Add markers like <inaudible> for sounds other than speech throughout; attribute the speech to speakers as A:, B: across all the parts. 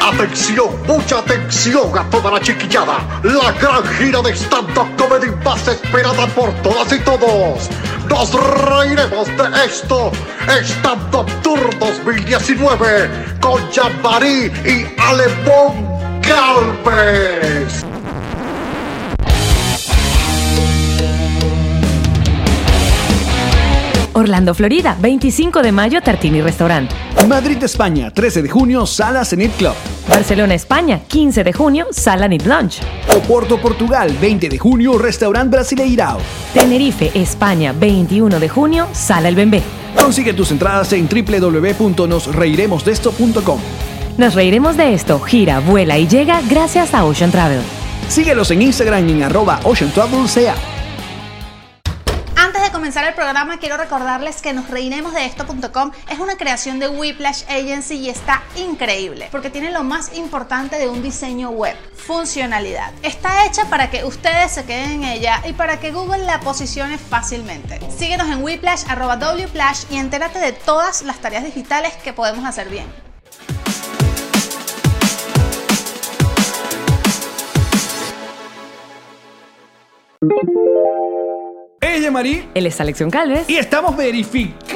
A: Atención, mucha atención a toda la chiquillada. La gran gira de stand-up comedy más esperada por todas y todos. Nos reiremos de esto. Stand-up Tour 2019 con Jean-Marie y Alemón Galvez.
B: Orlando, Florida, 25 de mayo, Tartini Restaurant.
C: Madrid, España, 13 de junio, Sala Zenit Club.
B: Barcelona, España, 15 de junio, Sala Need Lunch.
C: Oporto, Portugal, 20 de junio, Restaurant Brasileirao.
B: Tenerife, España, 21 de junio, Sala El Bembé.
C: Consigue tus entradas en www.nosreiremosdesto.com.
B: Nos reiremos de esto, gira, vuela y llega gracias a Ocean Travel.
C: Síguelos en Instagram en arroba Ocean Travel CA.
D: Antes de comenzar el programa, quiero recordarles que nos reiremos de esto.com es una creación de Whiplash Agency y está increíble porque tiene lo más importante de un diseño web, funcionalidad. Está hecha para que ustedes se queden en ella y para que Google la posicione fácilmente. Síguenos en Whiplash, arroba Wplash y entérate de todas las tareas digitales que podemos hacer bien.
C: Ella Marí
B: Él es Alexion Calves.
C: y estamos verificados.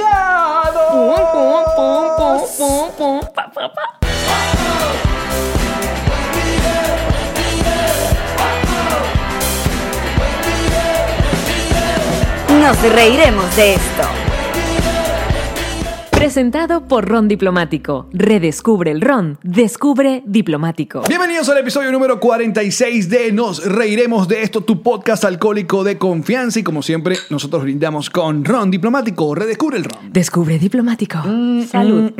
E: Nos reiremos de esto.
B: Presentado por Ron Diplomático. Redescubre el Ron. Descubre Diplomático.
C: Bienvenidos al episodio número 46 de Nos Reiremos de Esto, tu podcast alcohólico de confianza. Y como siempre, nosotros brindamos con Ron Diplomático. Redescubre el Ron.
B: Descubre Diplomático. Salud.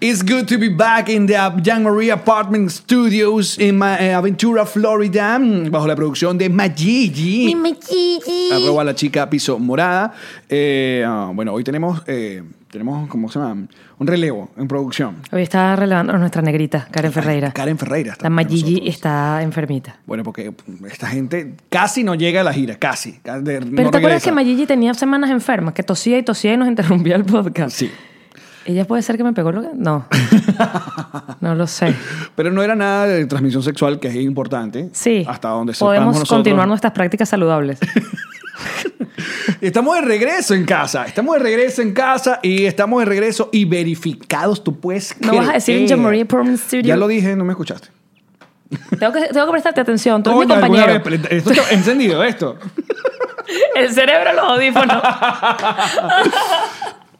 C: It's good to be back in the Jean Marie Apartment Studios in Ma- eh, Aventura, Florida, mm, bajo la producción de Majigi. Arroba la chica piso morada. Eh, ah, bueno, hoy tenemos, eh, tenemos, ¿cómo se llama? Un relevo en producción.
B: Hoy está relevando nuestra negrita, Karen Ferreira.
C: Karen Ferreira. está
B: La
C: con
B: Mayigi
C: nosotros.
B: está enfermita.
C: Bueno, porque esta gente casi no llega a la gira, casi. Pero
B: Pero ¿te acuerdas que Mayigi tenía semanas enferma? Que tosía y tosía y nos interrumpía el podcast.
C: Sí.
B: ¿Ella puede ser que me pegó lo que...?
C: <laughs>
B: No. no lo sé.
C: Pero no era nada de transmisión sexual, que es importante.
B: Sí.
C: Hasta donde sepamos
B: Podemos
C: nosotros.
B: continuar nuestras prácticas
C: <laughs>
B: saludables.
C: Estamos de regreso en casa. Estamos de regreso en casa y estamos de regreso y verificados. Tú puedes
B: No vas a decir
C: creer.
B: Jean-Marie Perman Studio.
C: Ya lo dije, no me escuchaste.
B: tengo, que, tengo que prestarte atención. Tú eres mi
C: Coño, alguna
B: compañero.
C: vez, esto está encendido esto.
B: El cerebro, los audífonos.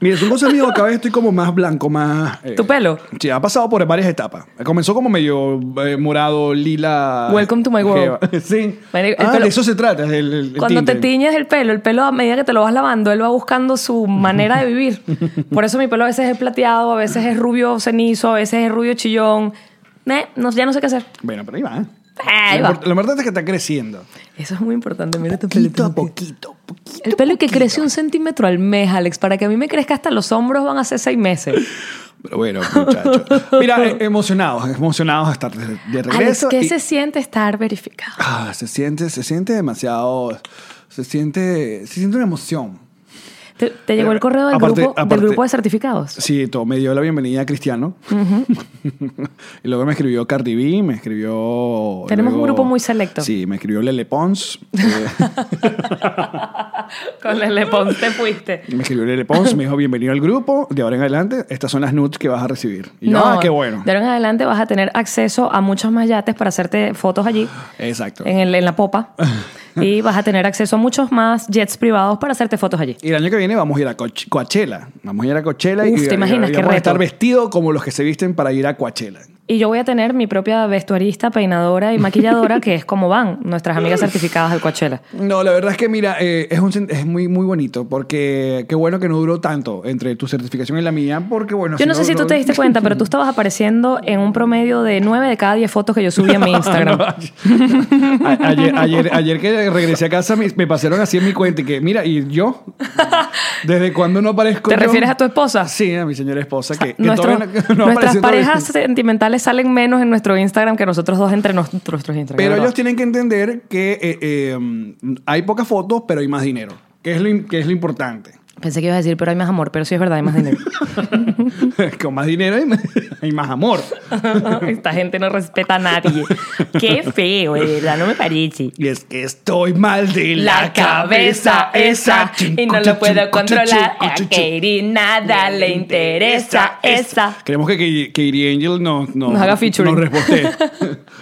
C: Mira, son cosas mías, cada vez estoy como más blanco, más... eh,
B: ¿Tu pelo?
C: Sí, ha pasado por varias etapas. Comenzó como medio eh, morado, lila...
B: Welcome to my world.
C: jeva. <laughs> Sí.
B: Marico, el
C: ah,
B: pelo-
C: de eso se trata, el, <laughs> el- el
B: Cuando te
C: tinte.
B: tiñes el pelo, el pelo a medida que te lo vas lavando, él va buscando su manera de vivir.
C: <laughs>
B: Por eso mi pelo a veces es plateado, a veces es rubio cenizo, a veces es rubio chillón. Eh, no, ya no sé qué hacer.
C: Bueno, pero ahí va. ¿eh?
B: Ahí
C: lo,
B: va.
C: import- lo importante es que está creciendo.
B: Eso es muy importante. Mira tu
C: Poquito
B: pelito.
C: a poquito, poquito.
B: El pelo que crece un centímetro al mes, Alex. Para que a mí me crezca hasta los hombros van a ser seis meses.
C: Pero bueno, muchachos. Mira,
B: <laughs>
C: eh, emocionados, emocionados de estar de, de
B: Alex,
C: regreso.
B: ¿qué
C: y-
B: se siente estar verificado?
C: Ah, se siente, se siente demasiado... Se siente, se siente una emoción.
B: ¿Te, te llegó el correo del,
C: Eh, Aparte-
B: grupo,
C: aparte-
B: del grupo de certificados?
C: Sí, todo, me dio la bienvenida a Cristiano. <laughs> y luego me escribió Cardi B, me escribió...
B: Tenemos un
C: luego-
B: grupo muy selecto.
C: Sí, me escribió Lele Pons. eh,
B: Con el lepón te
C: <laughs>
B: fuiste.
C: <laughs> me escribió Lele Pons, me dijo bienvenido al grupo. De ahora en adelante, estas son las nudes que vas a recibir. Y yo, ah, qué bueno.
B: De ahora en adelante vas a tener acceso a muchos más yates para hacerte fotos allí,
C: Exacto.
B: en, el- en la
C: <laughs>
B: popa. y vas a tener acceso a muchos más jets privados para hacerte fotos allí.
C: Y el año que viene vamos a ir a Coach- Coachella. Vamos a ir a Coachella y,
B: Uf, ¿te imaginas
C: y
B: qué
C: vamos a estar
B: reto?
C: vestidos como los que se visten para ir a Coachella.
B: Y Y yo voy a tener mi propia vestuarista, peinadora y
C: <laughs>
B: maquilladora, que es como van nuestras amigas certificadas al Coachella.
C: No, la verdad es que mira, eh, es, un, sen- es muy, muy bonito porque qué bueno que no duró tanto entre tu certificación y la mía porque bueno...
B: Yo no sé si tú
C: duró-
B: te
C: <laughs>
B: diste cuenta, pero tú estabas apareciendo en un promedio de 9 de cada 10 fotos que yo subí a
C: <laughs>
B: mi Instagram.
C: A- ayer, ayer, ayer que regresé a casa me, me pasaron así en mi cuenta y que mira, ¿y yo? ¿Desde cuándo no aparezco
B: ¿Te
C: yo?
B: refieres a tu esposa? Ah,
C: Sí, a mi señora esposa que,
B: <laughs>
C: que
B: Nuestro-
C: todavía no- <laughs> no
B: nuestras
C: apareció todavía.
B: parejas sentimentales salen menos en nuestro Instagram que nosotros dos entre nos- nuestros Instagram.
C: Pero
B: ¿verdad?
C: ellos tienen que entender que eh, eh, hay pocas fotos, pero hay más dinero, que es lo, im- que es
B: <laughs>
C: lo importante. <laughs>
B: Pensé que ibas a decir, pero hay más amor, pero sí es verdad, hay más dinero.
C: Con más dinero hay <laughs> más, hay más amor.
B: <laughs> Esta gente no respeta a
C: <laughs>
B: nadie. Qué feo, de verdad, no me parece.
C: Y es que estoy mal de la, cabeza, esa.
B: y no lo puedo controlar. A Katie nada le interesa esa.
C: Queremos que Katie Katie Angel nos, nos,
B: Nos haga featuring. <laughs>
C: Nos reposte.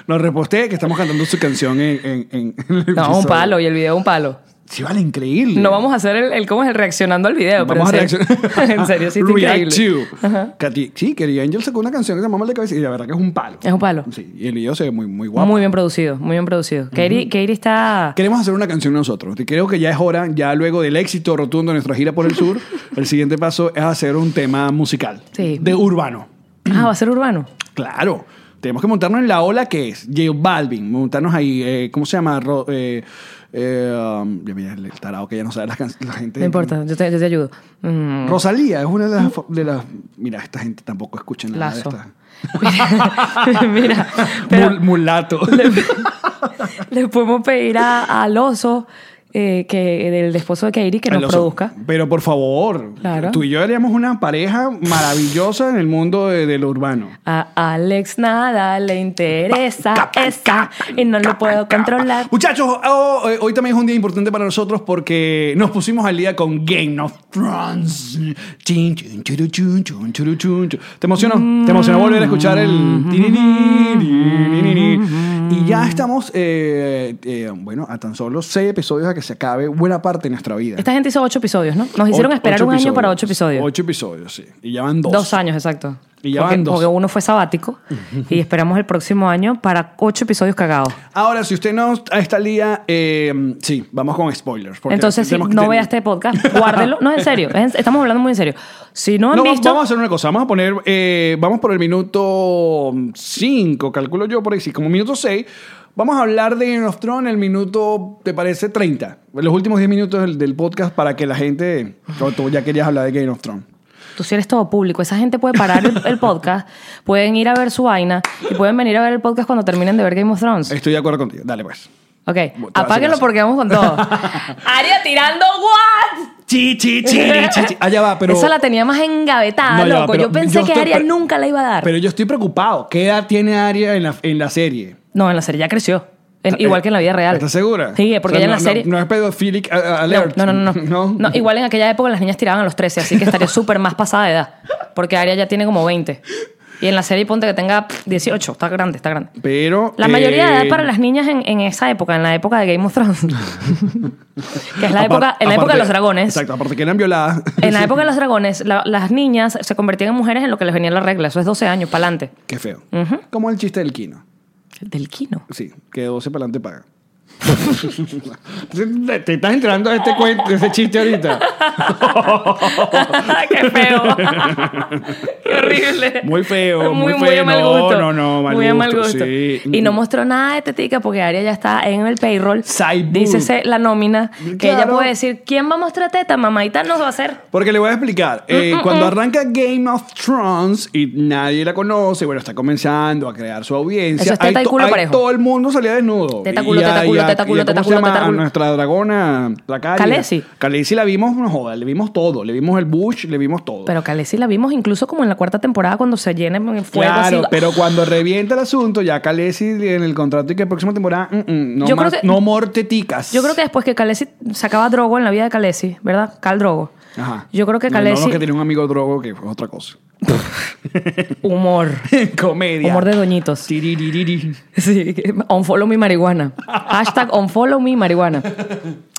C: nos reposte que estamos cantando su canción en, en, en- en el
B: No, un
C: episodio.
B: palo y el video un palo.
C: Sí, vale, increíble.
B: No vamos a hacer el, el- cómo es el reaccionando al video. pero
C: Vamos a
B: en serio.
C: reaccionar.
B: <laughs> en serio, sí, está
C: React
B: increíble.
C: to. Katy- sí, Katie Angel sacó una canción que se llama Mal de Cabeza y la verdad que es un palo.
B: Es un palo.
C: Sí, y el video se ve muy, muy guapo.
B: Muy bien producido, muy bien producido. Katie, Katie está.
C: Queremos hacer una canción nosotros. Y creo que ya es hora, ya luego del éxito rotundo de nuestra gira por el sur,
B: <laughs>
C: el siguiente paso es hacer un tema musical.
B: Sí.
C: De urbano.
B: Ah, va a ser urbano.
C: Claro. Tenemos que montarnos en la ola que es J Balvin. Montarnos ahí, eh, ¿cómo se llama? Ro- eh, eh, um, ya mira, el tarado que ya no sabe las can- la gente.
B: No importa, yo te, yo te ayudo. Mm,
C: Rosalía es una de las, fo- de las- Mira, esta gente tampoco escucha nada
B: Lazo.
C: de esta.
B: Mira, <laughs>
C: <laughs>
B: mira, pero
C: Mul- mulato.
B: le podemos pedir a- al oso, eh, que, del esposo de Katie,
C: <laughs>
B: que nos
C: El oso.
B: produzca.
C: Pero por favor,
B: Claro.
C: tú y yo haríamos una pareja maravillosa en el mundo de, de lo urbano.
B: A Alex nada le interesa
C: Capa,
B: esa y no lo puedo controlar.
C: Muchachos, oh, eh, hoy también es un día importante para nosotros porque nos pusimos al día con Game of Thrones. Chin, chun, churu, chun, chun, churu, chun, chun. ¿Te emocionó? ¿Te emocionó volver a escuchar el... tiriri, tiriri? Y ya estamos, eh, eh, bueno, a tan solo seis episodios a que se acabe buena parte de nuestra vida.
B: Esta gente hizo ocho episodios, ¿no? Nos hicieron
C: O-
B: esperar
C: ocho
B: un año para ocho episodios.
C: Ocho episodios, sí. Y ya van dos.
B: dos. años, exacto.
C: Y ya
B: porque,
C: van dos.
B: porque uno fue sabático y esperamos el próximo año para ocho episodios cagados.
C: Ahora, si usted no está al día, eh, sí, vamos con spoilers. porque
B: Entonces, si
C: tenemos que
B: no
C: tener-
B: vea este podcast,
C: <laughs>
B: guárdelo. No, en serio, es en- estamos hablando muy en serio. Si no han
C: No, va-
B: visto...
C: vamos a hacer una cosa. Vamos a poner. eh, vamos por el minuto 5, calculo yo por ahí. Sí, como minuto 6. Vamos a hablar de Game of Thrones el minuto, ¿te parece? 30. Los últimos 10 minutos del, del podcast para que la gente. Tú tú ya querías hablar de Game of Thrones.
B: Tú sí eres todo público. Esa gente puede parar el, el podcast, pueden ir a ver su vaina y pueden venir a ver el podcast cuando terminen de ver Game of Thrones.
C: Estoy de acuerdo contigo. Dale, pues.
B: Ok,
C: vas a
B: apáguenlo
C: hacer
B: porque vamos con todo.
C: <laughs>
B: Aria tirando what?
C: Chi, chi, chi, chi, chi. Allá va, pero.
B: Esa la tenía más engavetada,
C: No, ya va,
B: loco.
C: pero
B: Yo pensé que
C: estoy
B: Aria
C: pre-
B: nunca la iba a dar.
C: Pero yo estoy preocupado. ¿Qué edad tiene Aria en la, en la serie?
B: no, en la serie ya creció. En- igual que en la vida real.
C: ¿Estás segura?
B: Sí, porque
C: O
B: ya
C: sea,
B: en
C: no-
B: la
C: no-
B: serie.
C: No, es pedophilic a- a-
B: No,
C: alert.
B: no, no, no, no.
C: <laughs> no.
B: No, igual en aquella época las niñas tiraban a los 13, así que
C: <laughs>
B: estaría súper más pasada de edad. Porque Aria ya tiene como 20. Y en la serie ponte que tenga pff, 18. Está grande, está grande.
C: Pero.
B: La mayoría de edad
C: eh,
B: para las niñas en, en esa época, en la época de Game of
C: <laughs>
B: Thrones. que es la
C: apar-
B: época, en la época
C: aparte-
B: de los dragones.
C: Exacto, aparte que eran violadas.
B: En la época de los dragones, la- las niñas se convertían en mujeres en lo que les venía la regla. Eso es 12 años, para adelante.
C: <laughs> Qué feo. Como el chiste del Kino.
B: Del quino.
C: Sí, que 12 para adelante paga. <laughs> te, te estás enterando de este, cuento, de este chiste ahorita.
B: <laughs> ¡Qué feo!
C: <laughs>
B: ¡Qué horrible!
C: Muy feo, muy
B: Muy
C: feo.
B: a mal
C: No,
B: gusto.
C: no, no, mal
B: muy a mal
C: gusto,
B: gusto.
C: sí.
B: Y no mostró nada de tetica porque Aria ya está en el payroll.
C: Cyborg.
B: Dícese la nómina. Que ella
C: Claro.
B: puede decir, ¿quién va a mostrar teta? Mamaita nos va a hacer.
C: Porque le voy a explicar.
B: Mm,
C: Eh, cuando arranca Game of Thrones y nadie la conoce, bueno, está comenzando a crear su audiencia.
B: Eso es teta
C: Ahí
B: y
C: to-
B: culo
C: ahí
B: parejo.
C: Todo el mundo salía desnudo.
B: Teta,
C: Y
B: culo,
C: ya-
B: teta, culo,
C: ya-
B: teta,
C: y
B: culo,
C: ya, ¿cómo
B: teta,
C: se
B: culo,
C: llama?
B: teta,
C: A
B: culo.
C: nuestra dragona, la calle.
B: Khaleesi.
C: Khaleesi la vimos, no joda, le vimos todo. Le vimos el bush, le vimos todo.
B: Pero Khaleesi la vimos incluso como en la cuarta temporada cuando se llena en fuego
C: Claro,
B: así.
C: pero cuando revienta el asunto, ya Khaleesi en el contrato y que próxima temporada, mm, mm, no,
B: Yo creo
C: más,
B: que-
C: no more teticas.
B: Yo creo que después que Khaleesi sacaba Drogo en la vida de Khaleesi, ¿verdad? Cal Drogo.
C: Ajá.
B: Yo creo que
C: No, No,
B: Khaleesi...
C: no, que tiene un amigo drogo que es otra cosa. <laughs>
B: Humor.
C: Comedia.
B: Humor de doñitos.
C: Tiriririri.
B: <laughs> Sí, que- unfollow mi marihuana. Hashtag unfollow mi marihuana.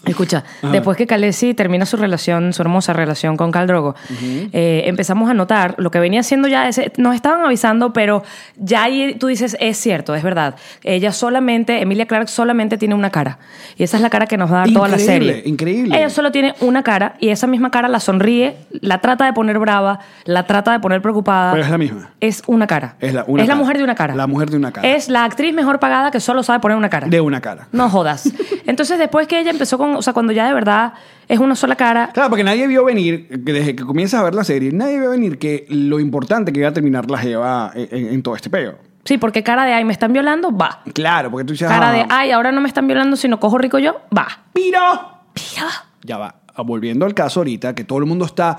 B: Escucha, después que Khaleesi termina su relación, su hermosa relación con Khal Drogo, eh, empezamos a notar lo que venía siendo ya, ese- nos estaban avisando, pero ya ahí tú dices, es cierto, es verdad. Ella solamente, Emilia Clark solamente tiene una cara. Y esa es la cara que nos da toda la
C: Increíble,
B: serie.
C: increíble.
B: Ella solo tiene una cara y esa misma cara la sonríe, la trata de poner brava, la trata de poner preocupada.
C: Pero es la misma.
B: Es una cara.
C: Es la- una cara.
B: mujer de una cara.
C: La mujer de una cara.
B: Es la actriz mejor pagada que solo sabe poner una cara.
C: De una cara.
B: No jodas. Entonces, después que ella empezó con. O sea, cuando ya de verdad es una sola cara.
C: Claro, porque nadie vio venir, que desde que comienzas a ver la serie, nadie vio venir que lo importante que iba a terminar la Jeva en, en- en todo este peo.
B: Sí, porque cara de ay, me están violando, va.
C: Claro, porque tú dices.
B: Cara
C: ah,
B: de ay, ahora no me están violando, sino cojo rico yo, va.
C: ¡Piro! Ya va. Ah, Volviendo al caso ahorita, que todo el mundo está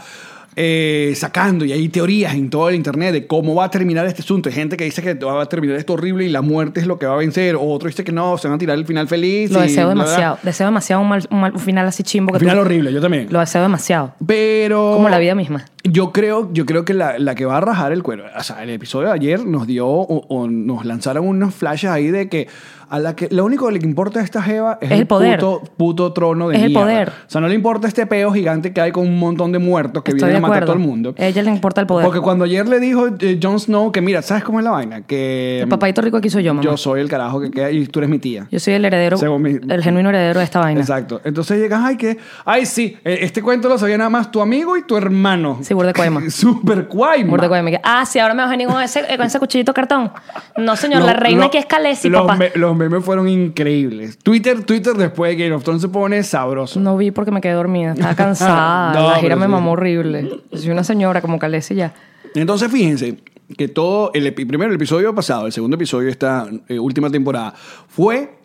C: eh, sacando y hay teorías en todo el internet de cómo va a terminar este asunto. Hay gente que dice que va a terminar esto horrible y la muerte es lo que va a vencer. Otro dice que no, se van a tirar el final feliz.
B: Lo
C: y
B: deseo
C: bla, bla.
B: demasiado. Deseo demasiado un, mal- un mal- un final así chimbo.
C: Un
B: Que
C: final
B: tú-
C: horrible, yo también.
B: Lo deseo demasiado.
C: Pero.
B: Como la vida misma.
C: Yo creo, yo creo que la, la que va a rajar el cuero. O sea, el episodio de ayer nos dio o, o nos lanzaron unos flashes ahí de que a la que lo único que le importa a esta Jeva es,
B: Es el poder.
C: Puto, puto trono de
B: Es el
C: mierda.
B: poder.
C: O sea, no le importa este peo gigante que hay con un montón de muertos que
B: Estoy de
C: vienen a matar a
B: acuerdo.
C: todo el mundo.
B: A ella le importa el poder.
C: Porque cuando ayer le dijo eh, Jon Snow que mira, ¿sabes cómo es la vaina? Que mm,
B: El papaito rico aquí soy yo, mamá.
C: yo soy el carajo que queda y tú eres mi tía.
B: Yo soy el heredero,
C: Según mi-
B: el genuino heredero de esta vaina.
C: Exacto. Entonces llegas, ay, que, ay, sí, eh, este cuento lo sabía nada más tu amigo y tu hermano.
B: Sí, burda de coima.
C: Super cuaima.
B: Muerde cuello, me queda, Ah, sí, ahora me vas a venir con ese, eh, con ese cuchillito cartón. No, señor, la
C: Lo-
B: reina
C: lo-
B: aquí es Khaleesi,
C: los
B: papá.
C: me- los memes fueron increíbles. Twitter, Twitter después de Game of Thrones se pone sabroso.
B: No vi porque me quedé dormida, estaba
C: <laughs>
B: cansada.
C: No,
B: la gira
C: pero
B: me
C: sí.
B: mamó horrible. Soy una señora como Calesi ya.
C: Entonces, fíjense que todo, el epi- primero el episodio pasado, el segundo episodio de esta eh, última temporada, fue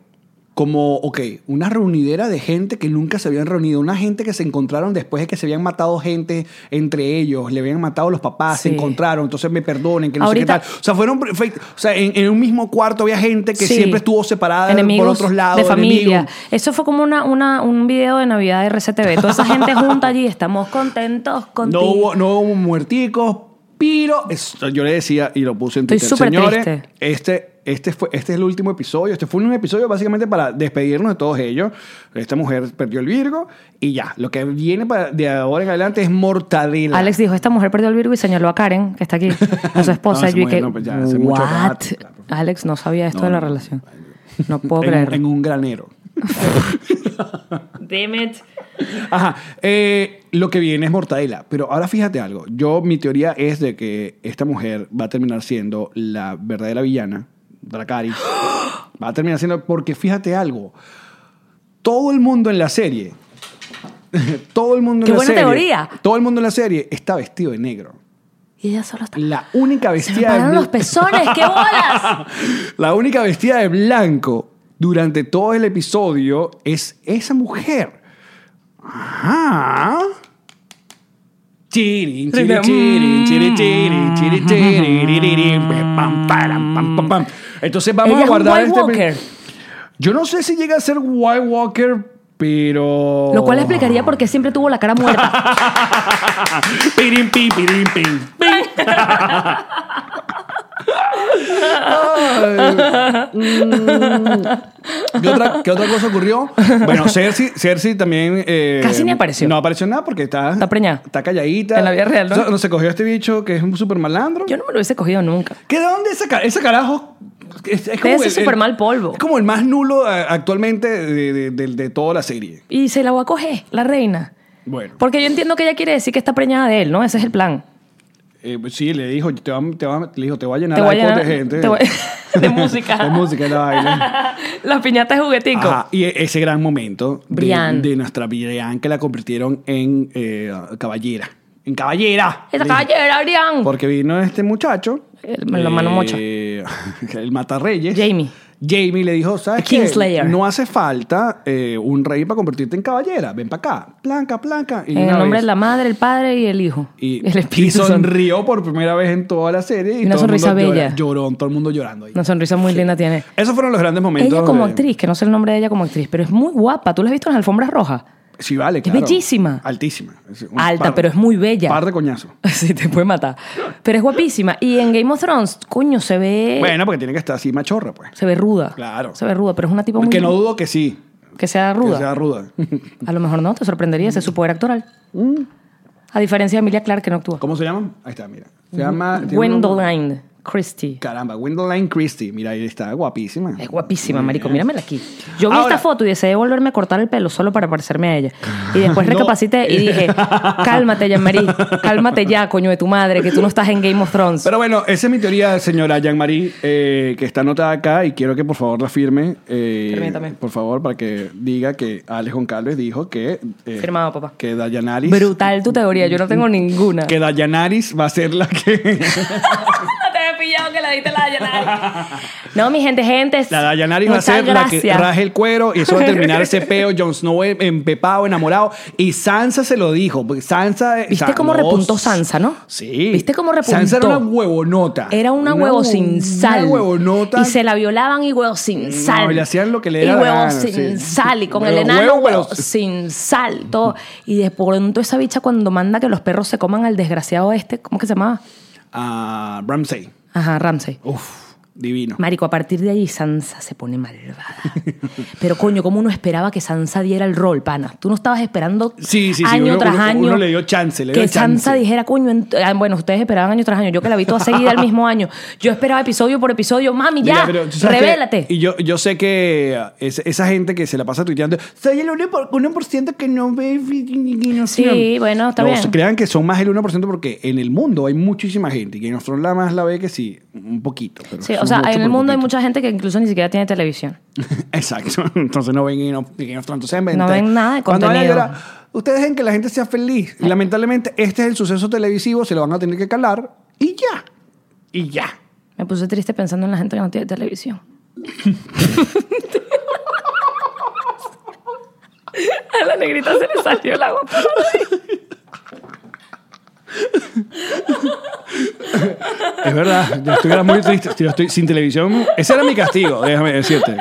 C: como, ok, una reunidera de gente que nunca se habían reunido, una gente que se encontraron después de que se habían matado gente entre ellos, le habían matado a los papás, se
B: Sí.
C: encontraron, entonces me perdonen, que no
B: Ahorita-
C: sé qué tal. O sea, fueron perfect- O sea, en, en un mismo cuarto había gente que
B: Sí.
C: siempre estuvo separada por
B: Enemigos
C: otros lados.
B: De familia.
C: enemigos.
B: Eso fue como una, una, un video de Navidad de RCTV. Toda esa gente junta allí, estamos contentos
C: <laughs> No
B: contigo.
C: hubo, no hubo muerticos, pero esto yo le decía y lo puse en
B: Estoy
C: Twitter.
B: súper
C: Señores,
B: triste.
C: este este fue este es el último episodio. Este fue un episodio básicamente para despedirnos de todos ellos. Esta mujer perdió el Virgo y ya. Lo que viene para- de ahora en adelante es mortadela.
B: Alex dijo, esta mujer perdió el Virgo y señaló a Karen, que está aquí, a su esposa.
C: <laughs> No,
B: y
C: esa
B: yo
C: mujer
B: dije,
C: no, pues ya hace mucho
B: "What?".
C: rato, claro.
B: Alex no sabía esto
C: No,
B: de la
C: no. <laughs>
B: relación. No puedo
C: en,
B: creerlo.
C: en un granero.
B: Damn it.
C: Ajá. Eh, lo que viene es mortadela. Pero ahora fíjate algo. Yo, mi teoría es de que esta mujer va a terminar siendo la verdadera villana, Dracarys. Va a terminar siendo. Porque fíjate algo. Todo el mundo en la serie. <laughs> todo el mundo en
B: Qué
C: la
B: buena
C: serie.
B: teoría.
C: Todo el mundo en la serie está vestido de negro.
B: Y ella solo está...
C: La única
B: Se me
C: vestida de
B: pararon
C: blan-
B: los pezones, qué
C: <laughs>
B: bolas.
C: La única vestida de blanco durante todo el episodio es esa mujer. Ajá. Chiri, chiri, chiri,
B: Mm.
C: chiri, chiri, chiri, chiri, ririri, pam, param, pam, pam, pam. Entonces vamos
B: Ella
C: a
B: es un
C: guardar
B: White
C: este-
B: Walker.
C: Yo no sé si llega a ser White Walker, pero.
B: Lo cual explicaría por qué siempre tuvo la cara muerta.
C: <laughs> Pirim, pim, pirim, pim. ¿Qué otra, qué otra cosa ocurrió? Bueno, Cersei, Cersei también. eh,
B: Casi ni apareció.
C: No apareció nada porque está.
B: Está preñada.
C: Está calladita.
B: En la vida real, ¿no?
C: O sea, se cogió este bicho que es un super malandro.
B: Yo no me lo hubiese cogido nunca.
C: ¿Qué de dónde es ese, ca- ese carajo? Es, es
B: Ese super mal polvo.
C: Es como el más nulo eh, actualmente de, de- de- de toda la serie.
B: Y se la va a coger, la reina.
C: Bueno.
B: Porque yo entiendo que ella quiere decir que está preñada de él, ¿no? Ese es el plan.
C: Eh, sí, le dijo, te va, te va- le dijo, te voy a llenar
B: Te
C: la
B: voy a
C: iPod de
B: llenar-
C: gente.
B: te voy- <laughs> de música.
C: de música, la vaina.
B: <laughs> Las piñatas de juguetico.
C: Ajá, y e- ese gran momento de-
B: Brian.
C: De, nuestra Brian que la convirtieron en eh, caballera. En caballera.
B: Esa
C: Le-
B: caballera, Brian.
C: Porque vino este muchacho. eh,
B: El- Eh, me lo mano mocha.
C: <laughs> El matarreyes.
B: Jamie.
C: Jamie le dijo, ¿sabes
B: The Kingslayer.
C: qué? No hace falta eh, un rey para convertirte en caballera. Ven para acá. Blanca, blanca. Y
B: en
C: una
B: Eh, el nombre
C: vez-
B: de la madre, el padre y el hijo.
C: y,
B: <laughs> el
C: y
B: Espíritu Santo.
C: sonrió por primera vez en toda la serie. Y
B: Una
C: todo el mundo
B: sonrisa
C: llora-
B: bella.
C: Lloró, todo el mundo llorando. ahí.
B: Una sonrisa muy linda tiene.
C: Esos fueron los grandes momentos.
B: ella como
C: de-
B: actriz, que no sé el nombre de ella como actriz, pero es muy guapa. ¿Tú la has visto en las alfombras rojas?
C: Sí, vale,
B: Es
C: claro.
B: bellísima.
C: Altísima. Es un
B: Alta,
C: par-
B: pero es muy bella.
C: Par de coñazo.
B: <laughs> Sí, te puede matar. Pero es guapísima. Y en Game of Thrones, coño, se ve...
C: Bueno, porque tiene que estar así machorra, pues.
B: Se ve ruda.
C: Claro.
B: Se ve ruda, pero es una tipo muy...
C: Que no dudo que sí.
B: que sea
C: Que
B: ruda.
C: sea ruda. <laughs>
B: A lo mejor no, te sorprendería ese es su poder actoral. A diferencia de Emilia Clarke que no actúa.
C: Mm. ¿Cómo se llama? Ahí está, mira.
B: Mm.
C: Se llama... tiene un nombre-
B: Gwendoline Christie.
C: Caramba, Gwendoline Christie. Mira, ahí está guapísima. Eh,
B: Es guapísima, marico. Míramela aquí. Yo vi
C: Ahora-
B: esta foto y deseé volverme a cortar el pelo solo para parecerme a ella. Y después
C: <laughs> No.
B: recapacité y dije, cálmate, Jean-Marie. Cálmate ya, coño de tu madre, que tú no estás en Game of Thrones.
C: Pero bueno, esa es mi teoría, señora Jean-Marie, eh, que está anotada acá y quiero que por favor la firme. eh,
B: Firme también.
C: Por favor, para que diga que Alex Goncalves dijo que. eh,
B: Firmado, papá.
C: Que Dayanaris.
B: Brutal tu teoría. Yo no tengo ninguna.
C: Que Dayanaris va a ser
B: <laughs>
C: la que.
B: Te he pillado que la diste la Dayanari. <laughs> No, mi gente, gente.
C: la Dayanaris va a
B: muchas
C: ser la que
B: gracias.
C: raje el cuero y eso
B: <laughs>
C: va a terminar ese peo. Jon Snow em- empepado, enamorado. Y Sansa se lo dijo. Porque Sansa.
B: ¿Viste
C: Sa-
B: cómo
C: no,
B: repuntó Sansa, no?
C: Sí.
B: ¿Viste cómo repuntó?
C: Sansa era una huevonota.
B: Era una, huevo sin sal.
C: Una huevonota.
B: Y se la violaban y huevo sin sal.
C: y le hacían lo que le
B: Y
C: diera la
B: huevo
C: gana, sí.
B: sin sal. Y con
C: Huevo,
B: el enano
C: huevo,
B: huevo
C: huevo.
B: sin sal. Todo. Y de pronto esa bicha cuando manda que los perros se coman al desgraciado este, ¿cómo que se llamaba?
C: Ah, Ramsey.
B: Ajá, Ramsey.
C: Uf, divino.
B: Marico, a partir de allí Sansa se pone malvada. <laughs> Pero coño, ¿cómo uno esperaba que Sansa diera el rol, pana? Tú no estabas esperando
C: Sí, sí, sí,
B: año
C: uno-
B: tras
C: uno-
B: año.
C: uno le dio chance, le
B: que
C: dio chance.
B: Sansa dijera, coño, ent- ah, bueno, ustedes esperaban año tras año. Yo que la vi toda seguida el mismo año. Yo esperaba episodio por episodio. Mami,
C: Mira,
B: ya,
C: pero tú sabes que-
B: revélate.
C: y yo, yo sé que ah, es- esa gente que se la pasa tuiteando, soy el 1% que no ve. que no
B: Sí,
C: sé".
B: bueno, está
C: no,
B: bien.
C: Crean que son más el 1% porque en el mundo hay muchísima gente y que nosotros la más la ve que sí, un poquito. pero
B: Sí, o
C: somos
B: sea,
C: mucho
B: en el
C: por
B: mundo hay
C: poquito.
B: mucha gente que incluso ni siquiera tiene televisión.
C: <laughs> Exacto. Entonces no ven Game of, Game of Thrones. Entonces, en vez
B: No ven nada de
C: cuando vayan a
B: contenido.
C: llorar, ustedes dejen que la gente sea feliz. Lamentablemente, este es el suceso televisivo, se lo van a tener que calar y ya. Y ya.
B: Me puse triste pensando en la gente que no tiene televisión. <laughs> A la negrita se le salió el agua. por la nariz.
C: Es verdad, yo estuviera muy triste. Yo estoy sin televisión. Ese era mi castigo, déjame decirte.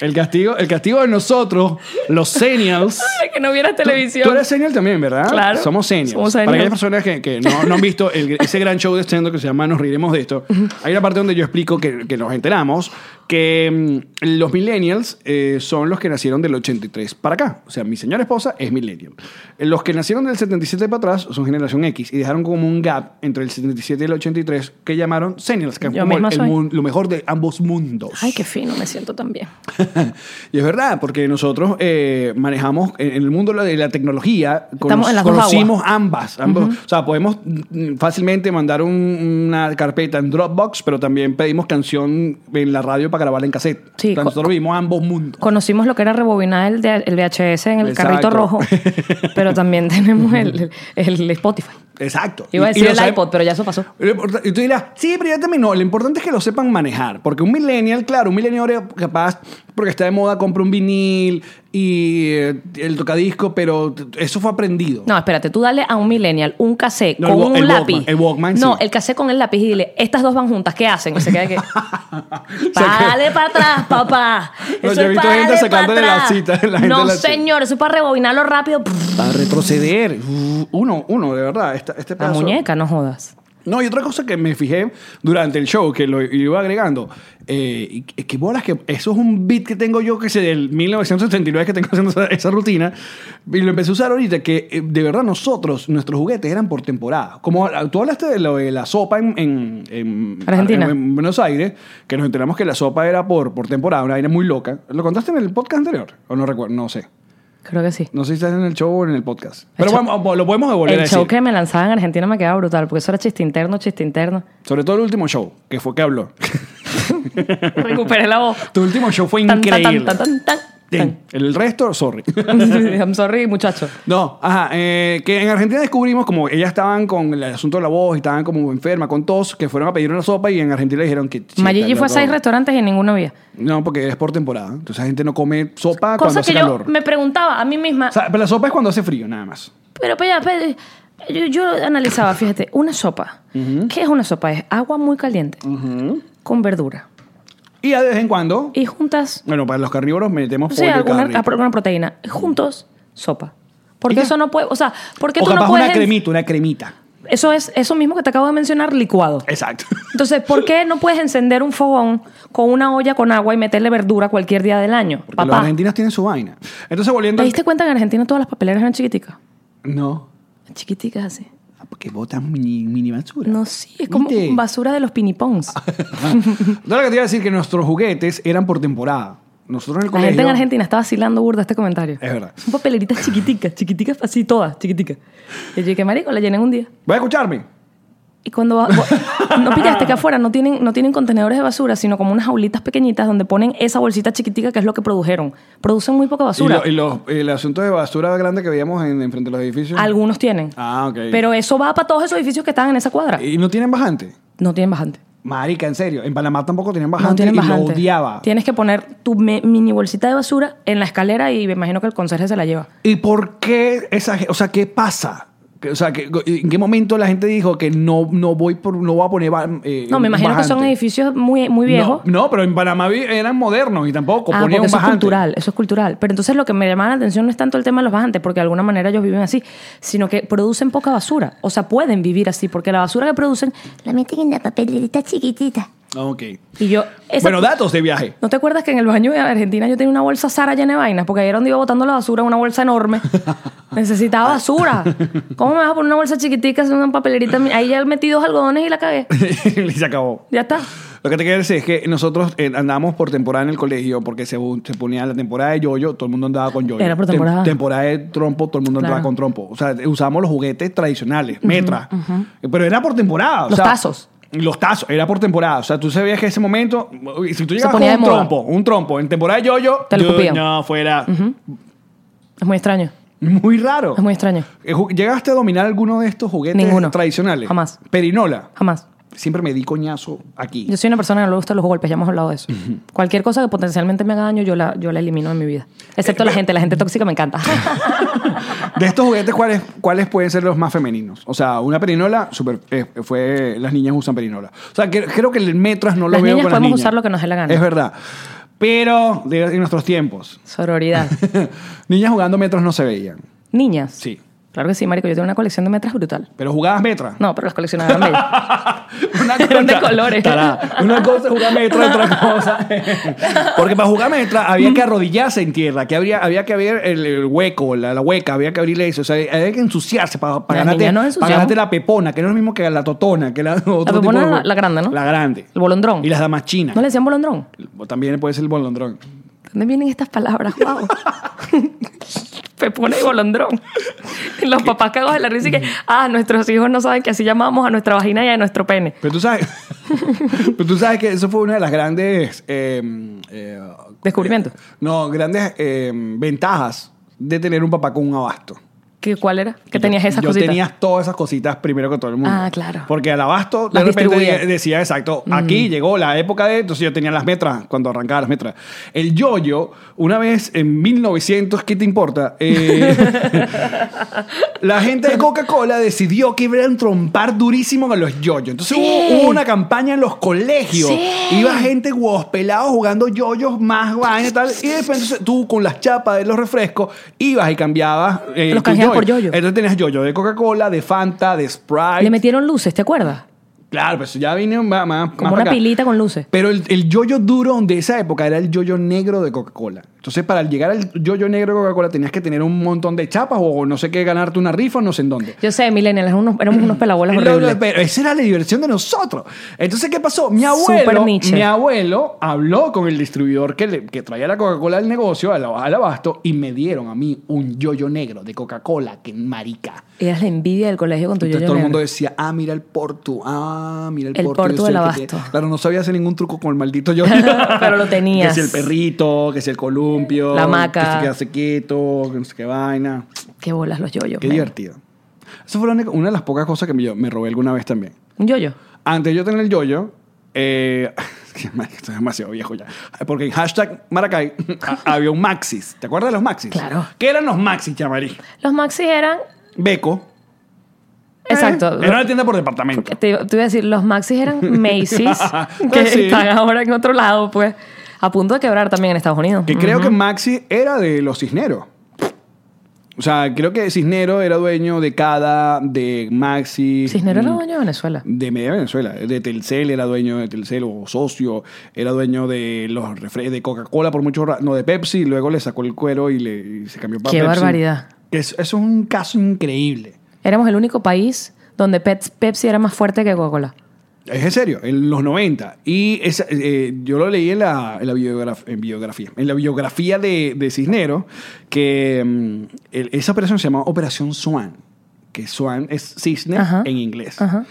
C: El castigo, el castigo de nosotros, los senials.
B: <laughs> De que no viera televisión.
C: Tú eres senial también, ¿verdad?
B: Claro.
C: Somos seniors.
B: Somos
C: Para aquellas
B: seniors.
C: personas que, que no, no han visto el- ese gran show de stand que se llama Nos Riremos de Esto, hay una parte donde yo explico que, que nos enteramos que mm, los millennials eh, son los que nacieron del 83 para acá. O sea, mi señora esposa es millennial. Los que nacieron del 77 para atrás son generación X y dejaron como un gap entre el 77 y el 83 que llamaron seniors, que es
B: Yo
C: como
B: misma
C: el
B: soy.
C: mun- lo mejor de ambos mundos.
B: Ay, qué fino, me siento tan bien.
C: Y es verdad, porque nosotros eh, manejamos en en el mundo de la tecnología, cono-
B: Estamos en las dos
C: conocimos ambas. ambos. O sea, podemos mm, fácilmente mandar un- una carpeta en Dropbox, pero también pedimos canción en la radio para grabarla en cassette.
B: Sí,
C: O sea,
B: co-
C: nosotros vivimos ambos mundos.
B: Conocimos lo que era rebobinar el, de- el VHS en el
C: Exacto.
B: carrito
C: <laughs>
B: rojo, pero también tenemos el, el- el Spotify.
C: Exacto.
B: Iba a
C: Y- y
B: decir
C: lo
B: el
C: sabemos-
B: iPod, pero ya eso pasó.
C: Lo importa- Y tú dirás, sí, pero yo también no. Lo importante es que lo sepan manejar. Porque un millennial, claro, un millennial era capaz, porque está de moda, compra un vinil y eh, el tocadisco, pero t- eso fue aprendido.
B: No, espérate, tú dale a un millennial un cassé
C: No, el
B: con
C: wa-
B: un
C: el
B: lápiz.
C: Walkman, el Walkman,
B: no,
C: sí.
B: el cassé con el lápiz y dile, estas dos van juntas, ¿qué hacen? Y se queda que. <laughs>
C: <laughs>
B: Dale para atrás, papá.
C: No,
B: Eso
C: yo he
B: es
C: visto
B: pa'
C: gente
B: dale pa'
C: sacándole la
B: atrás.
C: cita, <laughs> la gente
B: no,
C: la cita.
B: señor, eso es para rebobinarlo rápido.
C: Para retroceder. Uh, Uno, uno, de verdad. Esta, este
B: La
C: pedazo-
B: muñeca, no jodas.
C: No, y otra cosa que me fijé durante el show, que lo iba agregando, eh, y que- que bolas, que eso es un beat que tengo yo, que es del 1979 que tengo haciendo esa, esa rutina, y lo empecé a usar ahorita, que eh, de verdad nosotros, nuestros juguetes eran por temporada. Como ah, tú hablaste de lo de la sopa en, en- en-
B: Argentina.
C: en- en Buenos Aires, que nos enteramos que la sopa era por, por temporada, una vaina muy loca. ¿Lo contaste en el podcast anterior? ¿O no recuerdo? No sé.
B: Creo que sí.
C: No sé si estás en el show o en el podcast. Pero
B: show-
C: vamos, lo podemos devolver a
B: El
C: decir.
B: show que me lanzaba en Argentina me quedaba brutal, porque eso era chiste interno, chiste
C: <laughs>
B: interno.
C: Sobre todo el último show, que fue que
B: <laughs>
C: habló.
B: Recuperé la voz.
C: tu último show fue
B: Tan, tan,
C: increíble.
B: tan, tan, tan, tan. <laughs>
C: El resto, sorry.
B: I'm sorry, muchacho.
C: No, ajá, eh, que en Argentina descubrimos como ellas estaban con el asunto de la voz, estaban como enferma con tos, que fueron a pedir una sopa y en Argentina le dijeron que... sí,
B: Mayigi
C: está
B: fue a seis
C: loco.
B: restaurantes y en ninguno había.
C: No, porque es por temporada. Entonces la gente no come sopa Ah, cuando
B: Cosa
C: hace
B: que yo
C: calor.
B: me preguntaba a mí misma.
C: O sea, pero la sopa es cuando hace frío, nada más.
B: Pero, pero, ya, pero, yo, yo analizaba, fíjate, una sopa. ¿Qué es una sopa? Es agua muy caliente con verdura.
C: Y de vez en cuando,
B: Y juntas,
C: bueno, para los carnívoros metemos
B: o
C: pollo y
B: sea, alguna,
C: carne.
B: alguna proteína. Juntos, sopa.
C: ¿Y
B: Porque
C: ya?
B: eso no puede, o sea, porque
C: O
B: tú
C: capaz
B: no puedes...
C: una cremita, una cremita.
B: Eso es eso mismo que te acabo de mencionar, licuado.
C: Exacto.
B: Entonces, ¿por qué no puedes encender un fogón con una olla con agua y meterle verdura cualquier día del año?
C: Porque los
B: Papá,
C: argentinos tienen su vaina. Entonces, volviendo
B: ¿te
C: al-
B: diste cuenta que en Argentina todas las papeleras eran chiquiticas?
C: No.
B: Chiquiticas así.
C: Ah, Porque botan mini, mini basura.
B: No, sí, es como
C: ¿Viste?
B: basura de los
C: <laughs>
B: pinipons.
C: Entonces, lo que te iba a decir que nuestros juguetes eran por temporada. Nosotros en el
B: La
C: colegio...
B: gente en Argentina está vacilando burda este comentario.
C: Es verdad.
B: Son papeleritas chiquiticas, chiquiticas, así todas, chiquiticas. Y yo dije, marico, la llenan un día.
C: ¿Voy a escucharme?
B: Y cuando va- vo- no pillaste que afuera no tienen, no tienen contenedores de basura, sino como unas jaulitas pequeñitas donde ponen esa bolsita chiquitica que es lo que produjeron. Producen muy poca
C: Y,
B: basura.
C: lo- y los- el asunto de basura grande que veíamos en, en frente a los edificios.
B: Algunos tienen.
C: Ah, ok.
B: Pero eso va para todos esos edificios que están en esa cuadra.
C: ¿Y no tienen bajante?
B: No tienen bajante.
C: Marica, en serio. En Panamá tampoco tenían bajante
B: No tienen
C: y
B: bajante.
C: lo odiaba.
B: Tienes que poner tu me- mini bolsita de basura en la escalera y me imagino que el conserje se la lleva.
C: ¿Y por qué esa ge- O sea, ¿qué pasa? Que- O sea, que- ¿en qué momento la gente dijo que no, no voy por, no voy a poner ba- eh,
B: No, me imagino que son
C: bajante?
B: edificios muy, muy viejos.
C: No, no, pero en Panamá vi- eran modernos y tampoco
B: Ah,
C: ponían
B: porque eso
C: un
B: es
C: bajante.
B: cultural, eso es cultural. Pero entonces lo que me llamaba la atención no es tanto el tema de los bajantes, porque de alguna manera ellos viven así, sino que producen poca basura. O sea, pueden vivir así, porque la basura que producen la meten en la papelita chiquitita.
C: Ok.
B: Y yo... esa-
C: Bueno, datos de viaje. <laughs>
B: ¿No te acuerdas que en el baño de Argentina yo tenía una bolsa Sara llena de vainas? Porque ahí era donde iba botando la basura, una bolsa
C: <laughs>
B: enorme. Necesitaba basura. ¿Cómo me vas a poner una bolsa chiquitica en una papelerita? Ahí ya metí dos algodones y la cagué.
C: y se acabó.
B: Ya está.
C: Lo que te quiero decir es que nosotros eh, andábamos por temporada en el colegio porque se, se ponía la temporada de yoyo, todo el mundo andaba con yoyo.
B: Era por
C: Tem-
B: temporada.
C: temporada de trompo, todo el mundo andaba
B: Claro.
C: con trompo. O sea, usábamos los juguetes tradicionales, metras. Pero era por temporada. o
B: Los
C: sea,
B: tazos.
C: Los tazos, era por temporada. O sea, tú sabías que ese momento, uy, si tú llegabas con
B: ponía
C: un
B: de moda.
C: trompo, un trompo, en temporada de yoyo,
B: Te lo
C: dude,
B: escupían.
C: no, fuera.
B: Es muy extraño.
C: Muy raro.
B: Es muy extraño.
C: Eh, ju- ¿Llegaste a dominar alguno de estos juguetes
B: Ninguno.
C: tradicionales?
B: Jamás.
C: Perinola.
B: Jamás.
C: Siempre me di coñazo aquí.
B: Yo soy una persona que no le gustan los golpes, ya hemos hablado de eso. Cualquier cosa que potencialmente me haga daño, yo la, yo la elimino de mi vida. Excepto
C: Eh,
B: la gente, la
C: <laughs>
B: gente tóxica me encanta.
C: De estos juguetes, ¿cuáles, ¿cuáles pueden ser los más femeninos? O sea, una perinola, super, eh, fue, las niñas usan perinola. O sea, que- creo que el metras no lo
B: Las
C: veo
B: niñas
C: con las
B: podemos
C: niñas.
B: usar lo que nos dé la gana.
C: Es verdad. Pero de, en nuestros tiempos, <laughs>
B: Sororidad.
C: niñas jugando metras no se veían.
B: Niñas.
C: Sí.
B: Claro que sí, marico. Yo tengo una colección de metras brutal.
C: Pero jugabas metras.
B: No, pero las coleccionadas eran
C: <laughs>
B: bellas. <laughs>
C: Una
B: Eran de colores.
C: Tará. Una cosa es jugar
B: <laughs>
C: metra, otra cosa. Porque para jugar metra había que arrodillarse en tierra, que habría, había que abrir el, el hueco, la, la hueca, había que abrirle eso. O sea, había que ensuciarse para, para,
B: Las
C: ganarte,
B: niñas nos
C: para
B: ensuciamos.
C: ganarte la pepona, que no es lo mismo que la totona, que la <laughs> otro
B: La pepona
C: tipo de
B: era la,
C: juego.
B: la grande, ¿no?
C: La grande.
B: El bolondrón.
C: Y las damas chinas.
B: ¿No le decían bolondrón?
C: También puede ser el bolondrón.
B: ¿Dónde vienen estas palabras? ¡Wow!
C: <laughs>
B: Pepona y bolondrón. Y Los papás cagos de la risa y que, ah, nuestros hijos no saben que así llamamos a nuestra vagina y a nuestro pene.
C: Pero tú sabes, <laughs> pero tú sabes que eso fue una de las grandes eh, eh,
B: Descubrimiento.
C: no, grandes eh, ventajas de tener un papá con un abasto.
B: ¿Qué, ¿Cuál era? Que tenías esas
C: yo
B: cositas.
C: tenías todas esas cositas primero que todo el mundo.
B: Ah, claro.
C: Porque al abasto de
B: Las Mm.
C: repente
B: distribuía.
C: de- decía, exacto, aquí llegó la época de... Entonces yo tenía las metras, cuando arrancaba las metras. El yoyo, una vez en 1900, ¿qué te importa? Eh, <laughs> la gente de Coca-Cola decidió que iban a trompar durísimo con los yoyos. Entonces hubo, hubo una campaña en los colegios. Iba gente guospelado jugando yoyos más vaina y tal. Y de repente entonces, tú con las chapas de los refrescos ibas y cambiabas. eh,
B: Los
C: tu
B: canjeabas por
C: yoyo.
B: yoyo.
C: Entonces tenías yoyo de Coca-Cola, de Fanta, de Sprite.
B: Le metieron luces, ¿te acuerdas?
C: Claro, pero eso ya vino más, más
B: Como
C: más
B: una
C: acá.
B: pilita con luces.
C: Pero el, el yoyo duro de esa época era el yoyo negro de Coca-Cola. Entonces, para llegar al yoyo negro de Coca-Cola tenías que tener un montón de chapas o no sé qué, ganarte una rifa o no sé en dónde.
B: Yo sé, Millennial, éramos unos, éramos unos
C: <clears throat>
B: pelabolas
C: Lo- lo-
B: horribles.
C: pero esa era la diversión de nosotros. Entonces, ¿qué pasó? Mi
B: Super
C: abuelo,
B: niche.
C: mi abuelo habló con el distribuidor que, le- que traía la Coca-Cola al negocio, al, al abasto, y me dieron a mí un yoyo negro de Coca-Cola, que marica.
B: Eras la envidia del colegio con tu
C: Entonces
B: yoyo
C: todo el mundo
B: negro.
C: decía, ah, mira el Portu, ah, mira el,
B: El
C: Portu. yo
B: Portu
C: sé
B: del
C: que tiene-
B: abasto.
C: Claro, no sabía hacer ningún truco con el maldito yoyo.
B: <laughs> Pero lo tenías.
C: Que si el perrito, que si el columpio.
B: La hamaca.
C: Que se quedarse quieto, que no sé qué vaina.
B: Qué bolas los yoyos.
C: Qué
B: men.
C: divertido. Esa fue la única- una de las pocas cosas que me, yo me robé alguna vez también.
B: Un yoyo.
C: Antes de yo tener el yoyo, eh, <laughs> esto es demasiado viejo ya. Porque en hashtag Maracay <laughs> a- había un Maxis. ¿Te acuerdas de los Maxis?
B: Claro.
C: ¿Qué eran los Maxis, chamarí?
B: Los maxis eran.
C: Beco. Eh,
B: Exacto.
C: Era una tienda por departamento.
B: Porque te, te iba a decir, los maxis
C: <laughs>
B: eran Macy's, que
C: Pues sí.
B: están ahora en otro lado, pues. A punto de quebrar también en Estados Unidos.
C: Que creo que Maxi era de los cisneros. O sea, creo que Cisnero era dueño de cada, de Maxi.
B: Cisnero era
C: mm,
B: dueño de Venezuela.
C: De Media Venezuela. De Telcel era dueño de Telcel o socio. Era dueño de los refrescos de Coca-Cola por mucho ra- No, de Pepsi. Luego le sacó el cuero y, le, y se cambió para
B: Qué
C: Pepsi.
B: barbaridad.
C: Es- Eso es un caso increíble.
B: Éramos el único país donde Pets- Pepsi era más fuerte que Coca-Cola.
C: Es en serio, en los 90. Y esa- eh, yo lo leí en la, en la biograf- en biografía, en la biografía de, de Cisnero, que mm, el- esa operación se llama Operación Swan, que Swan es cisne
B: Ajá.
C: en inglés.
B: Ajá.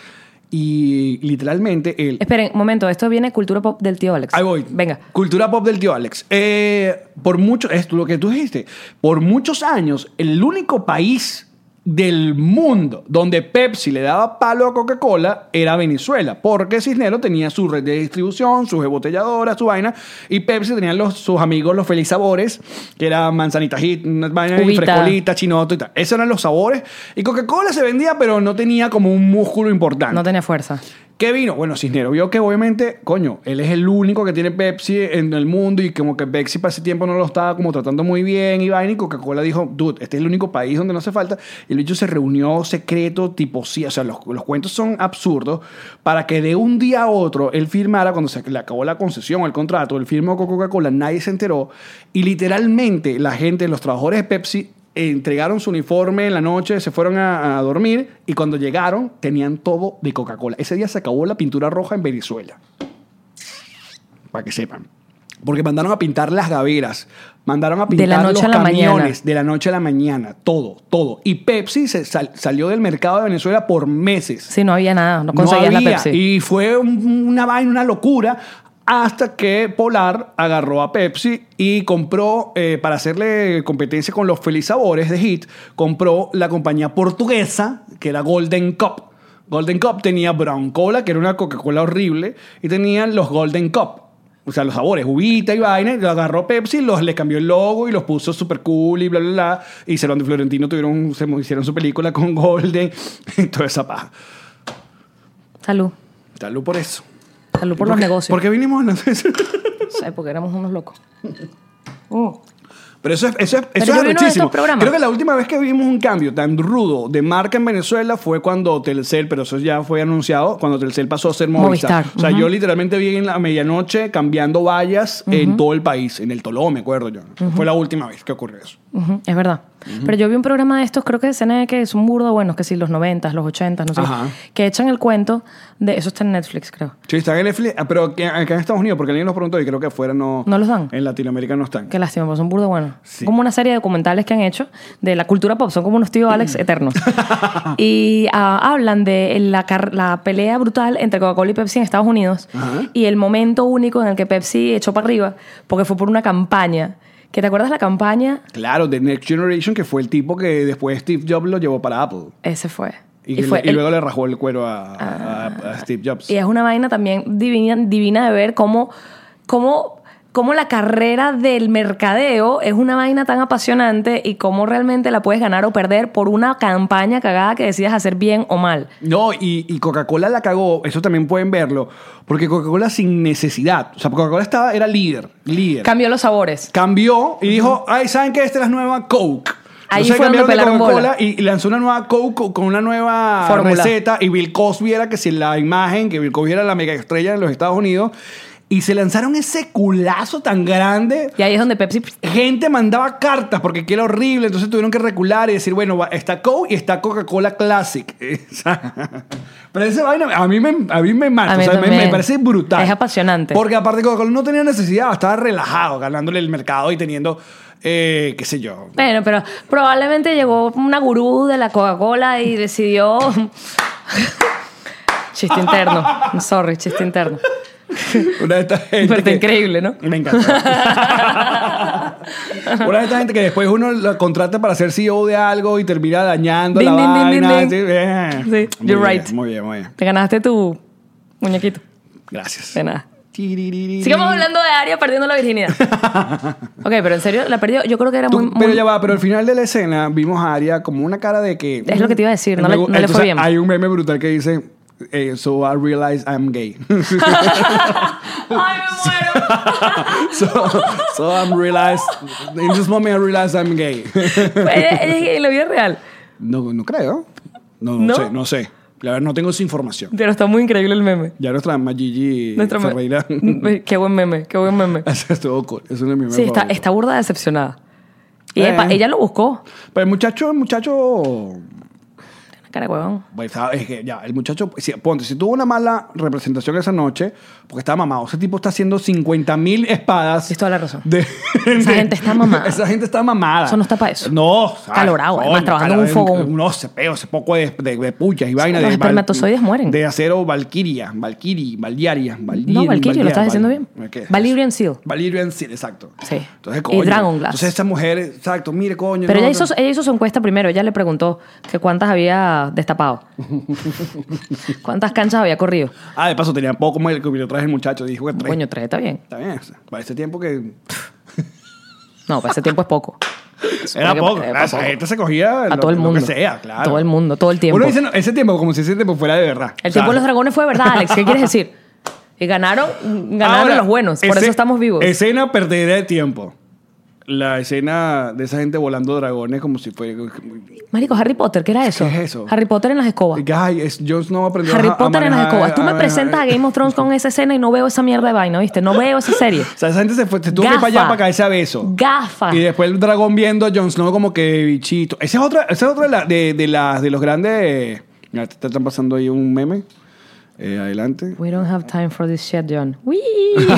C: Y literalmente el...
B: Esperen, un momento, esto viene cultura pop del tío Alex.
C: Ahí voy.
B: Venga.
C: Cultura pop del tío Alex. Eh, por mucho, es lo que tú dijiste, por muchos años, el único país del mundo donde Pepsi le daba palo a Coca-Cola era Venezuela, porque Cisnero tenía su red de distribución, sus embotelladoras, su vaina, y Pepsi tenía los, sus amigos los feliz sabores, que era manzanita hit, unas vainas y
B: Uvita.
C: frescolita, chinoto y tal. Esos eran los sabores, y Coca-Cola se vendía, pero no tenía como un músculo importante.
B: No tenía fuerza.
C: ¿Qué vino? Bueno, Cisnero vio que obviamente, coño, él es el único que tiene Pepsi en el mundo y como que Pepsi para ese tiempo no lo estaba como tratando muy bien y vaina y Coca-Cola dijo, dude, este es el único país donde no hace falta. Y el bicho se reunió secreto tipo sí, o sea, los, los cuentos son absurdos para que de un día a otro él firmara, cuando se le acabó la concesión, el contrato, él firmó con Coca-Cola, nadie se enteró y literalmente la gente, los trabajadores de Pepsi entregaron su uniforme en la noche, se fueron a, a dormir y cuando llegaron tenían todo de Coca-Cola. Ese día se acabó la pintura roja en Venezuela. Para que sepan. Porque mandaron a pintar las gaveras, mandaron a
B: De la
C: pintar
B: noche
C: los
B: a la mañana.
C: camiones de la noche a la mañana, todo, todo. Y Pepsi se sal- salió del mercado de Venezuela por meses.
B: Sí, no había nada, no conseguías
C: había,
B: la Pepsi.
C: Y fue un- una vaina, una locura, hasta que Polar agarró a Pepsi y compró, eh, para hacerle competencia con los Feliz Sabores de Hit, compró la compañía portuguesa, que era Golden Cup. Golden Cup tenía Brown Cola, que era una Coca-Cola horrible, y tenían los Golden Cup. O sea, los sabores, uvita y vaina, y lo agarró Pepsi, los, le cambió el logo y los puso super cool y bla, bla, bla. Y Cerón de Florentino tuvieron, se, hicieron su película con Golden <laughs> y toda esa paja.
B: Salud.
C: Salud por eso.
B: Salud por, los
C: qué-
B: negocios.
C: ¿Por qué vinimos entonces?
B: ¿Sabes? Porque éramos unos locos. Oh.
C: <laughs> Pero eso es, eso es,
B: Pero yo
C: eso es
B: vi uno de
C: arrechísimo.
B: estos programas.
C: Creo que la última vez que vimos un cambio tan rudo de marca en Venezuela fue cuando Telcel, pero eso ya fue anunciado, cuando Telcel pasó a ser Movistar.
B: Movistar,
C: O sea,
B: ujú.
C: yo literalmente vi en la medianoche cambiando vallas en todo el país, en el Toló, me acuerdo yo. Fue la última vez que ocurrió eso.
B: Ujú, es verdad. Pero yo vi un programa de estos, creo que de CNN, que son burda buenos, que sí, los 90, los 80, no sé,
C: Ajá.
B: que echan el cuento de. Eso está en Netflix, creo.
C: Sí, están en Netflix, ah, pero que- acá en Estados Unidos, porque alguien nos preguntó y creo que afuera no...
B: ¿No los dan?
C: En Latinoamérica no están.
B: Qué lástima, porque son burda buenos.
C: Sí.
B: Como una serie de documentales que han hecho de la cultura pop, son como unos tíos
C: Mm.
B: Alex
C: <laughs>
B: eternos. y ah, hablan de la, car- la pelea brutal entre Coca-Cola y Pepsi en Estados Unidos
C: Ajá.
B: y el momento único en el que Pepsi echó para arriba, porque fue por una campaña. ¿Que te acuerdas la campaña?
C: Claro, The Next Generation, que fue el tipo que después Steve Jobs lo llevó para Apple.
B: Ese fue.
C: Y,
B: fue
C: y
B: el- Ah.
C: luego le rajó el cuero a, a- a Steve Jobs.
B: Y es una vaina también divina, divina de ver cómo, cómo, cómo la carrera del mercadeo es una vaina tan apasionante y cómo realmente la puedes ganar o perder por una campaña cagada que decidas hacer bien o mal.
C: No, y, y Coca-Cola la cagó, eso también pueden verlo, porque Coca-Cola sin necesidad, o sea, Coca-Cola estaba, era líder, líder.
B: Cambió los sabores.
C: cambió y dijo, ay, ¿saben qué? Esta es la nueva Coke.
B: Ahí
C: Entonces
B: fue donde
C: cambiaron de
B: pelaron
C: Coca-Cola
B: bola.
C: y y lanzó una nueva Coke con una nueva
B: Fórmula.
C: receta y Bill Cosby era que si la imagen, que Bill Cosby era la mega estrella en los Estados Unidos y se lanzaron ese culazo tan grande
B: Y ahí es donde Pepsi.
C: gente mandaba cartas porque qué era horrible, entonces tuvieron que recular y decir, bueno, va- está Coke y está Coca-Cola Classic. <laughs> O sea, Pero esa vaina a mí me, a mí me mata,
B: A mí
C: o sea, me,
B: también.
C: me parece brutal.
B: Es apasionante.
C: Porque aparte Coca-Cola no tenía necesidad, estaba relajado ganándole el mercado y teniendo, eh, qué sé yo.
B: Bueno, pero probablemente llegó una gurú de la Coca-Cola y decidió. <laughs> chiste interno. Sorry, chiste interno.
C: Una
B: <laughs>
C: de estas gente
B: Pero está
C: que-
B: increíble, ¿no? <laughs>
C: Me encanta. <laughs> Una de estas gente que después uno la contrata para ser CEO de algo y termina dañando
B: Ding,
C: la
B: ding, ding,
C: vaina.
B: ding,
C: así,
B: ding.
C: eh.
B: Sí,
C: Muy
B: you're
C: bien,
B: right.
C: Muy bien, muy bien.
B: Te ganaste tu muñequito.
C: Gracias.
B: De nada.
C: Tiririri.
B: Sigamos hablando de Aria perdiendo la
C: <laughs>
B: virginidad. ok, pero en serio, la perdió. Yo creo que era
C: Tú-
B: muy.
C: pero
B: muy-
C: ya va, pero al final de la escena vimos a Aria como una cara de que.
B: Es lo que te iba a decir, no
C: Mm,
B: le- no le fue
C: entonces,
B: bien.
C: Hay un meme brutal que dice: eh, so I realize I'm gay.
B: <laughs>
C: <laughs>
B: ¡Ay, me <laughs>
C: so, so I'm realized, in this moment I realize I'm gay. <laughs>
B: muero! Ella- ella es gay en la vida real.
C: No, no creo. No, no,
B: ¿No?
C: sé, no sé. La verdad, no tengo esa información.
B: Pero está muy increíble el meme.
C: Ya nuestra Magigi
B: Nuestra me- <laughs>
C: Ferreira <laughs>
B: Qué buen meme, qué buen meme.
C: estuvo cool. Es uno de mis
B: Sí, está,
C: favoritos.
B: está burda decepcionada. Y
C: Eh.
B: epa, ella lo buscó.
C: Pero el muchacho, el muchacho.
B: Cara de huevón.
C: Pues, ¿sabes? es que ya, el muchacho, si, ponte, si tuvo una mala representación esa noche, porque estaba mamado, ese tipo está haciendo 50 mil espadas.
B: Tienes toda la razón.
C: de-
B: <laughs> Esa
C: de-
B: gente está mamada.
C: Esa gente está mamada.
B: Eso no está pa' eso.
C: No. ¿sabes?
B: Calorado,
C: Coño,
B: además, trabajando en un
C: calorado,
B: fogón.
C: No, se peo, ese poco de, de, de puchas y vaina.
B: los
C: de val-
B: espermatozoides mueren.
C: De acero Valkyria, Valkyria, Valdiaria.
B: No, Valkyrie, lo estás diciendo bien. Valyrian Seal.
C: Valirian Seal, exacto.
B: Sí.
C: Entonces,
B: Y
C: coño,
B: Dragonglass.
C: Entonces, esa mujer, exacto, mire, coño.
B: Pero
C: no,
B: ella,
C: no.
B: hizo, ella hizo su encuesta primero. Ella le preguntó que cuántas había
C: <laughs>
B: destapado. cuántas canchas había corrido.
C: Ah, de paso, tenía poco como el traje el muchacho. Dijo que tres.
B: Coño, tres está bien.
C: Está bien. o sea, Para este tiempo que.
B: No, para ese tiempo es poco.
C: <laughs> Era
B: que-
C: poco.
B: era
C: claro, eh, Esa
B: poco.
C: gente se cogía.
B: A todo el mundo.
C: Lo que sea, claro.
B: Todo el mundo, todo el tiempo.
C: Uno dice no, ese tiempo como si ese tiempo fuera de verdad.
B: El
C: ¿sabes?
B: tiempo de los dragones fue verdad, Alex. ¿Qué quieres decir? Y ganaron, ganaron
C: Ahora,
B: los buenos. Por
C: ese-
B: eso estamos vivos.
C: Escena perdedera de tiempo. La escena de esa gente volando dragones como si fuera.
B: Marico, Harry Potter, ¿qué era eso?
C: ¿Qué es eso?
B: Harry Potter en las escobas.
C: Ay, es, Jon Snow aprendió
B: Harry
C: a- a
B: Potter en las
C: manejar-
B: escobas. Tú me
C: a-
B: presentas a Game of Thrones con esa escena y no veo esa mierda de vaina, ¿viste? No veo esa serie.
C: O sea, esa gente se fue, se tuvo que ir
B: Gafa.
C: para allá para caerse a beso.
B: Gafa.
C: Y después el dragón viendo a Jon Snow como que bichito. Esa es otra, esa es otra de, la- de, de las- de los grandes. Mira, te te están pasando ahí un meme. Eh, adelante.
B: We don't have time for this shit, John. Whee!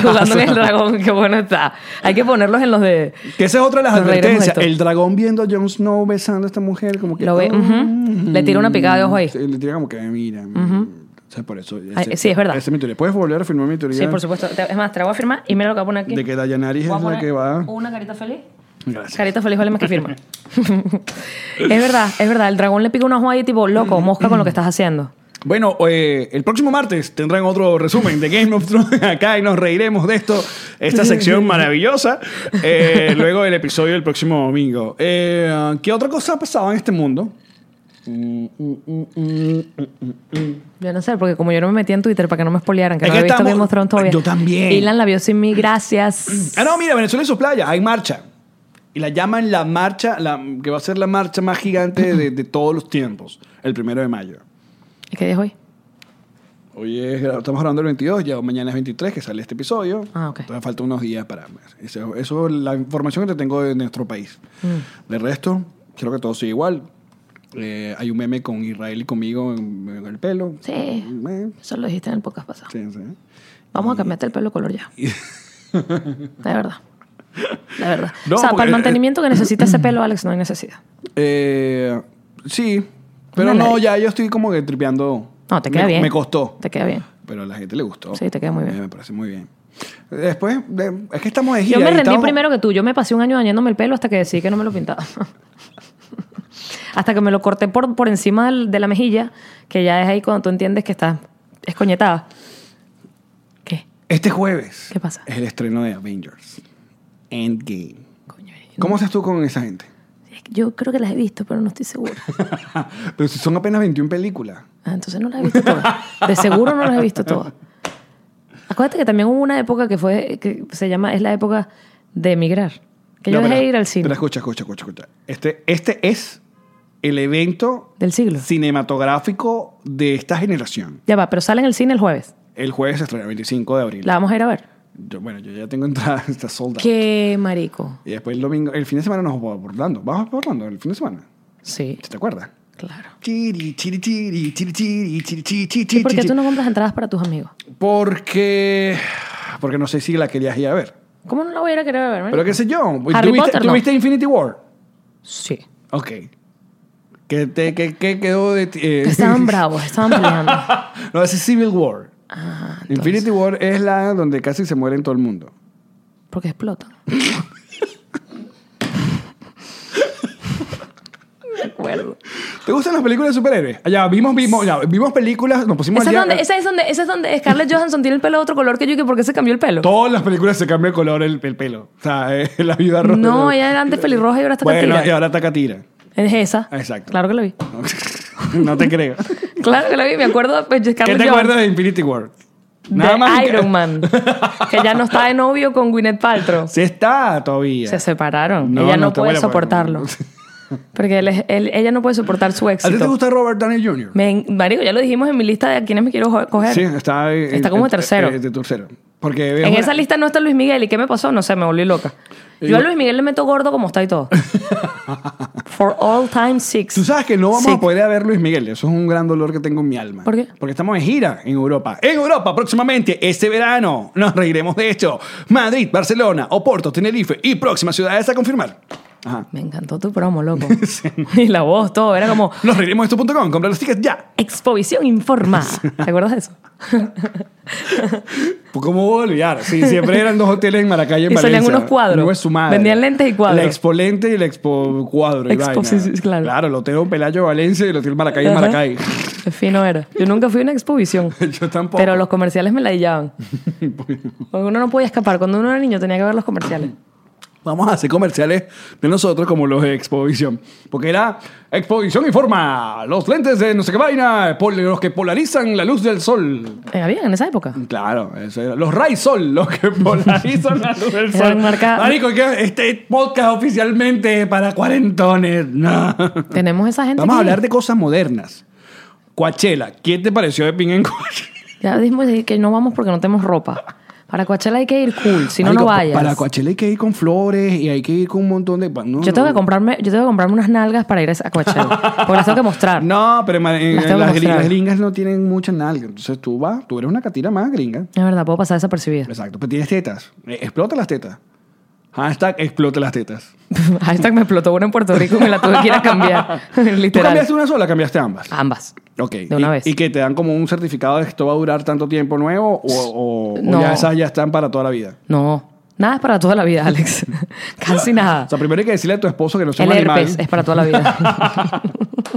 B: Jugando en el dragón, qué bueno está. Hay que ponerlos en los de.
C: Que esa es otra de las
B: Nos reiremos de
C: advertencias.
B: esto.
C: El dragón viendo a Jon Snow besando a esta mujer, como que.
B: Lo ve,
C: "Oh".
B: ujú. Le tira una picada de ojo ahí.
C: Sí, Le tira como que, mira. O sea, por eso.
B: Ay,
C: ese-
B: sí, es verdad.
C: Esa es mi teoría. ¿Puedes volver a firmar mi teoría?
B: Sí, por supuesto. Te- Es más, te la voy a firmar y mira lo que voy a poner aquí.
C: De que Dayanari es
B: Voy a
C: la
B: poner
C: que va.
B: Una carita feliz.
C: Gracias.
B: Carita feliz vale más que firma. <laughs> es verdad, es verdad. El dragón le pica un ojo ahí, tipo, loco, mosca con lo que estás haciendo.
C: Bueno, eh, el próximo martes tendrán otro resumen de Game of Thrones <laughs> acá y nos reiremos de esto, esta sección maravillosa, eh, luego el episodio del próximo domingo. Eh, ¿Qué otra cosa ha pasado en este mundo?
B: Yo no sé, porque como yo no me metí en Twitter para que no me espolearan, que
C: Es
B: no
C: que
B: había visto
C: estamos-
B: Game of Thrones todavía.
C: Yo también.
B: Ilan la vio sin mí, gracias.
C: Ah, no, mira, Venezuela y sus playas, hay marcha. Y la llaman la marcha, la, que va a ser la marcha más gigante de, de todos los tiempos, el primero de mayo.
B: ¿Y qué día es hoy?
C: Hoy es- estamos grabando el 22, ya mañana es 23 que sale este episodio.
B: Ah, ok.
C: Entonces faltan unos días para... Eso, eso es la información que te tengo de nuestro país.
B: Mm.
C: De resto, creo que todo sigue igual. Eh, hay un meme con Israel y conmigo en, en el pelo.
B: Sí.
C: Eh,
B: Eso lo dijiste en el podcast pasado.
C: sí, sí.
B: Vamos a cambiarte el pelo de color ya. De verdad. De verdad.
C: <laughs> No,
B: o sea, para
C: porque-
B: el mantenimiento que necesita
C: <clears throat>
B: ese pelo, Alex, no hay necesidad.
C: Eh, sí, pero
B: Una
C: no,
B: ladilla.
C: ya yo estoy como que tripeando.
B: No, te queda
C: Me-
B: bien.
C: Me costó.
B: Te queda bien.
C: Pero a la gente le gustó.
B: Sí, te queda muy bien.
C: Eh, me parece muy bien. Después, de- es que estamos de gira.
B: Yo me
C: y
B: rendí
C: estamos-
B: primero que tú. Yo me pasé un año dañándome el pelo hasta que decidí que no me lo pintaba. <laughs> hasta que me lo corté por, por encima del- de la mejilla, que ya es ahí cuando tú entiendes que estás escoñetada. ¿Qué?
C: Este jueves.
B: ¿Qué pasa?
C: Es el estreno de Avengers. Endgame.
B: Coño.
C: ¿Cómo estás tú con esa
B: <laughs>
C: gente?
B: es que Yo creo que las he visto, pero no estoy segura.
C: Pero si son apenas 21 películas.
B: Ah, entonces no las he visto todas. De seguro no las he visto todas. Acuérdate que también hubo una época que fue, que se llama, es la época de emigrar. Que yo
C: No,
B: dejé
C: pero-
B: de ir al cine
C: Pero escucha, escucha, escucha, escucha. Este, este es el evento
B: del siglo.
C: cinematográfico de esta generación.
B: Ya va, pero sale en el cine el jueves.
C: El jueves se estrena, 25 de abril.
B: La vamos a ir a ver.
C: Yo- bueno, yo ya tengo entrada, <laughs> está sold out.
B: Qué marico.
C: Y después el domingo, el fin de semana nos vamos a Orlando. Vamos a Orlando el fin de semana.
B: Sí,
C: ¿Te acuerdas?
B: claro.
C: Chiri, chiri, chiri, chiri, chiri, chiri, chiri,
B: ¿Y
C: chiri,
B: por qué
C: chiri.
B: tú no compras entradas para tus amigos?
C: Porque. Porque no sé si la querías ir a ver.
B: ¿Cómo no la voy a ir a querer ver? marico?
C: Pero qué sé yo.
B: Harry
C: ¿Tuviste,
B: Potter, no.
C: tuviste Infinity War?
B: Sí.
C: Ok. ¿Qué, te, qué, qué quedó de ti? Eh, <laughs>
B: Estaban bravos, estaban peleando.
C: no, ese es Civil War.
B: Ah, entonces,
C: Infinity War es la donde casi se muere en todo el mundo.
B: Porque
C: <laughs>
B: explotan. <laughs> De acuerdo.
C: ¿Te gustan las películas de superhéroes? Ah, Ya vimos, vimos, ya, vimos películas, nos pusimos
B: Esa es,
C: al día-
B: donde, esa, es donde, esa es donde Scarlett Johansson tiene el pelo de otro color que yo y que por qué se cambió el pelo.
C: Todas las películas se cambia de color el, el pelo. O sea, eh, <laughs> la viuda roja.
B: No, ella era antes pelirroja y ahora está
C: Bueno,
B: catira.
C: y ahora está Katira.
B: Es esa.
C: Exacto.
B: Claro que lo vi.
C: No
B: <laughs>
C: te creo.
B: Claro que la vi, me acuerdo pues, de
C: ¿Qué
B: Scarlett
C: te acuerdas
B: Johansson,
C: de Infinity War?
B: de Iron
C: <laughs>
B: Man, que ya no está de novio con Gwyneth Paltrow.
C: Sí está todavía.
B: Se separaron.
C: No,
B: ella
C: pues, no
B: no,
C: te
B: puede
C: voy <laughs> a poder-
B: soportarlo. Porque él es- él- ella no puede soportar su
C: ¿A ti te
B: éxito.
C: gusta Robert Downey Jr.?
B: Me en- marico, ya lo dijimos en mi lista de a quienes me quiero jo- coger.
C: Sí, está... eh,
B: Está como
C: eh,
B: tercero.
C: eh, de tercero. Porque eh, es
B: en
C: una-
B: esa lista no está Luis Miguel. ¿Y qué me pasó? No sé, me volví loca. Yo a Luis Miguel le meto gordo como está y
C: <laughs>
B: todo. For all time six.
C: Tú sabes que no vamos
B: Sick.
C: a poder a ver Luis Miguel. Eso es un gran dolor que tengo en mi alma.
B: ¿Por qué?
C: Porque estamos en gira en Europa. En Europa, próximamente, este verano, nos reiremos de esto. Madrid, Barcelona, Oporto, Tenerife y próximas ciudades a confirmar. Ajá.
B: Me encantó tu promo,
C: <laughs>
B: loco. Y la voz, todo. Era como
C: Nos reiremos de esto.com. Compra los tickets ya.
B: Expovisión Informa. ¿Te acuerdas de eso? <laughs>
C: Pues, ¿Cómo voy a olvidar? Sí, siempre eran dos hoteles en Maracay y
B: <laughs>
C: en
B: Y salían
C: Valencia.
B: unos cuadros.
C: No es su madre.
B: Vendían lentes y cuadros.
C: La Expo Lente y el Expo Cuadro. y
B: Expo,
C: vaina.
B: sí, sí, claro.
C: Claro, el Hotel Pelayo Valencia y el Hotel Maracay en
B: Ajá.
C: Maracay.
B: Qué fino era. Yo nunca fui a una exposición.
C: <laughs> Yo tampoco.
B: Pero los comerciales me la
C: <laughs>
B: hillaban. Porque uno no podía escapar. Cuando uno era niño tenía que ver los comerciales.
C: Vamos a hacer comerciales de nosotros como los de Expovisión. Porque era Expovisión informa los lentes de no sé qué vaina, pol- los que polarizan la luz del sol.
B: Eh, Había en esa época.
C: Mm. Claro, eso era. Los Ray Sol, los que <laughs> polarizan la luz del sol.
B: Eran marca-
C: Marico, que este podcast oficialmente es para cuarentones. <laughs> No.
B: Tenemos esa gente.
C: Vamos a
B: aquí.
C: hablar de cosas modernas. Coachella, ¿qué te pareció de Ping en Coachella?
B: Ya dijimos que no vamos porque no tenemos ropa. Para Coachella hay que ir cool, si no,
C: Marico,
B: no
C: pa-
B: vayas.
C: Para Coachella hay que ir con flores y hay que ir con un montón de... pa- no,
B: yo tengo
C: no.
B: que comprarme, yo tengo que comprarme unas nalgas para ir a Coachella. porque las tengo que mostrar.
C: <laughs> No, pero en- en-
B: Las tengo que
C: las, gri-
B: mostrar.
C: las gringas no tienen mucha nalga. Entonces tú vas, tú eres una catira más gringa.
B: Es verdad, puedo pasar desapercibida. <laughs>
C: Exacto, pero tienes tetas. Eh, Explota las tetas. Hashtag explota las tetas.
B: Hashtag me explotó una en Puerto Rico y me la tuve que ir a cambiar. <laughs>
C: ¿Tú
B: Literal.
C: cambiaste una sola cambiaste ambas?
B: Ambas.
C: Ok.
B: De una
C: y,
B: vez.
C: ¿Y que te dan como un certificado de que esto va a durar tanto tiempo nuevo o, o- o
B: No.
C: ya esas ya están para toda la vida?
B: No. Nada es para toda la vida, Alex. <laughs> Casi nada.
C: O sea, primero hay que decirle a tu esposo que no sea
B: El
C: un animal.
B: herpes es para toda la vida.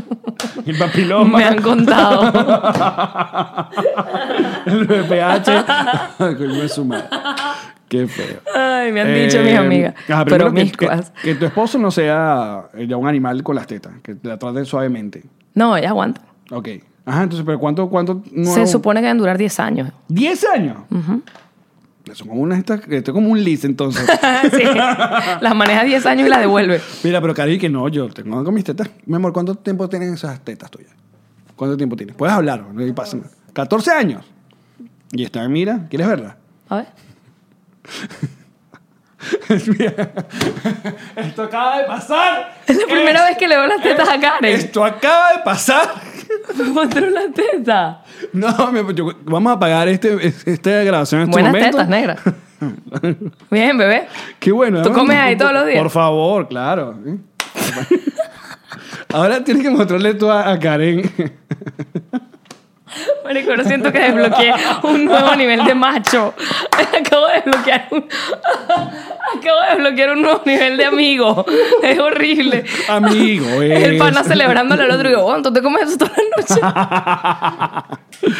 C: <laughs> El papiloma.
B: me han contado.
C: <laughs> el VPH. Coño de su madre. Qué feo.
B: Ay, me han dicho mis
C: Eh,
B: amigas.
C: ajá,
B: Pero
C: primero que,
B: mis
C: que, que tu esposo no sea eh, ya un animal con las tetas, que la traten suavemente.
B: No, ya aguanta.
C: Ok. Ajá, entonces, pero ¿cuánto, cuánto nuevo?
B: Se supone que deben durar 10 años. <laughs>
C: ¿10 años? Son como unas estas, esto es como un lease entonces.
B: <laughs> Ah,
C: <laughs>
B: Sí. Las maneja 10 años y las devuelve.
C: Mira, pero Cari, que no, yo tengo con mis tetas. Mi amor, ¿cuánto tiempo tienen esas tetas tuyas? ¿Cuánto tiempo tienes? Puedes hablar, no hay pasa nada. 14 años. Y está, mira, ¿quieres verla?
B: A ver.
C: <laughs>
B: <laughs>
C: Esto acaba de pasar.
B: Es la primera vez que le veo las tetas a Karen.
C: Esto acaba de pasar. <laughs>
B: Me <laughs> mostró las tetas.
C: No, me- yo- vamos a apagar este, esta grabación en este
B: Buenas
C: momento.
B: tetas,
C: <laughs>
B: negra. Bien, bebé.
C: Qué bueno.
B: ¿Tú
C: ¿eh?
B: comes ahí todos los días?
C: Por favor,
B: <laughs>
C: claro. ¿eh? Ahora tienes que mostrarle tú a, a
B: <laughs>
C: Karen.
B: Marico, ahora siento que desbloqueé un nuevo nivel de macho. <laughs> Acabo de desbloquear un... <laughs> Acabo de desbloquear un nuevo nivel de amigo. <laughs> Es horrible.
C: Amigo, es.
B: <laughs> El pana celebrándole al otro y yo, "Oh, ¿tú te comes eso toda
C: <laughs>
B: la noche?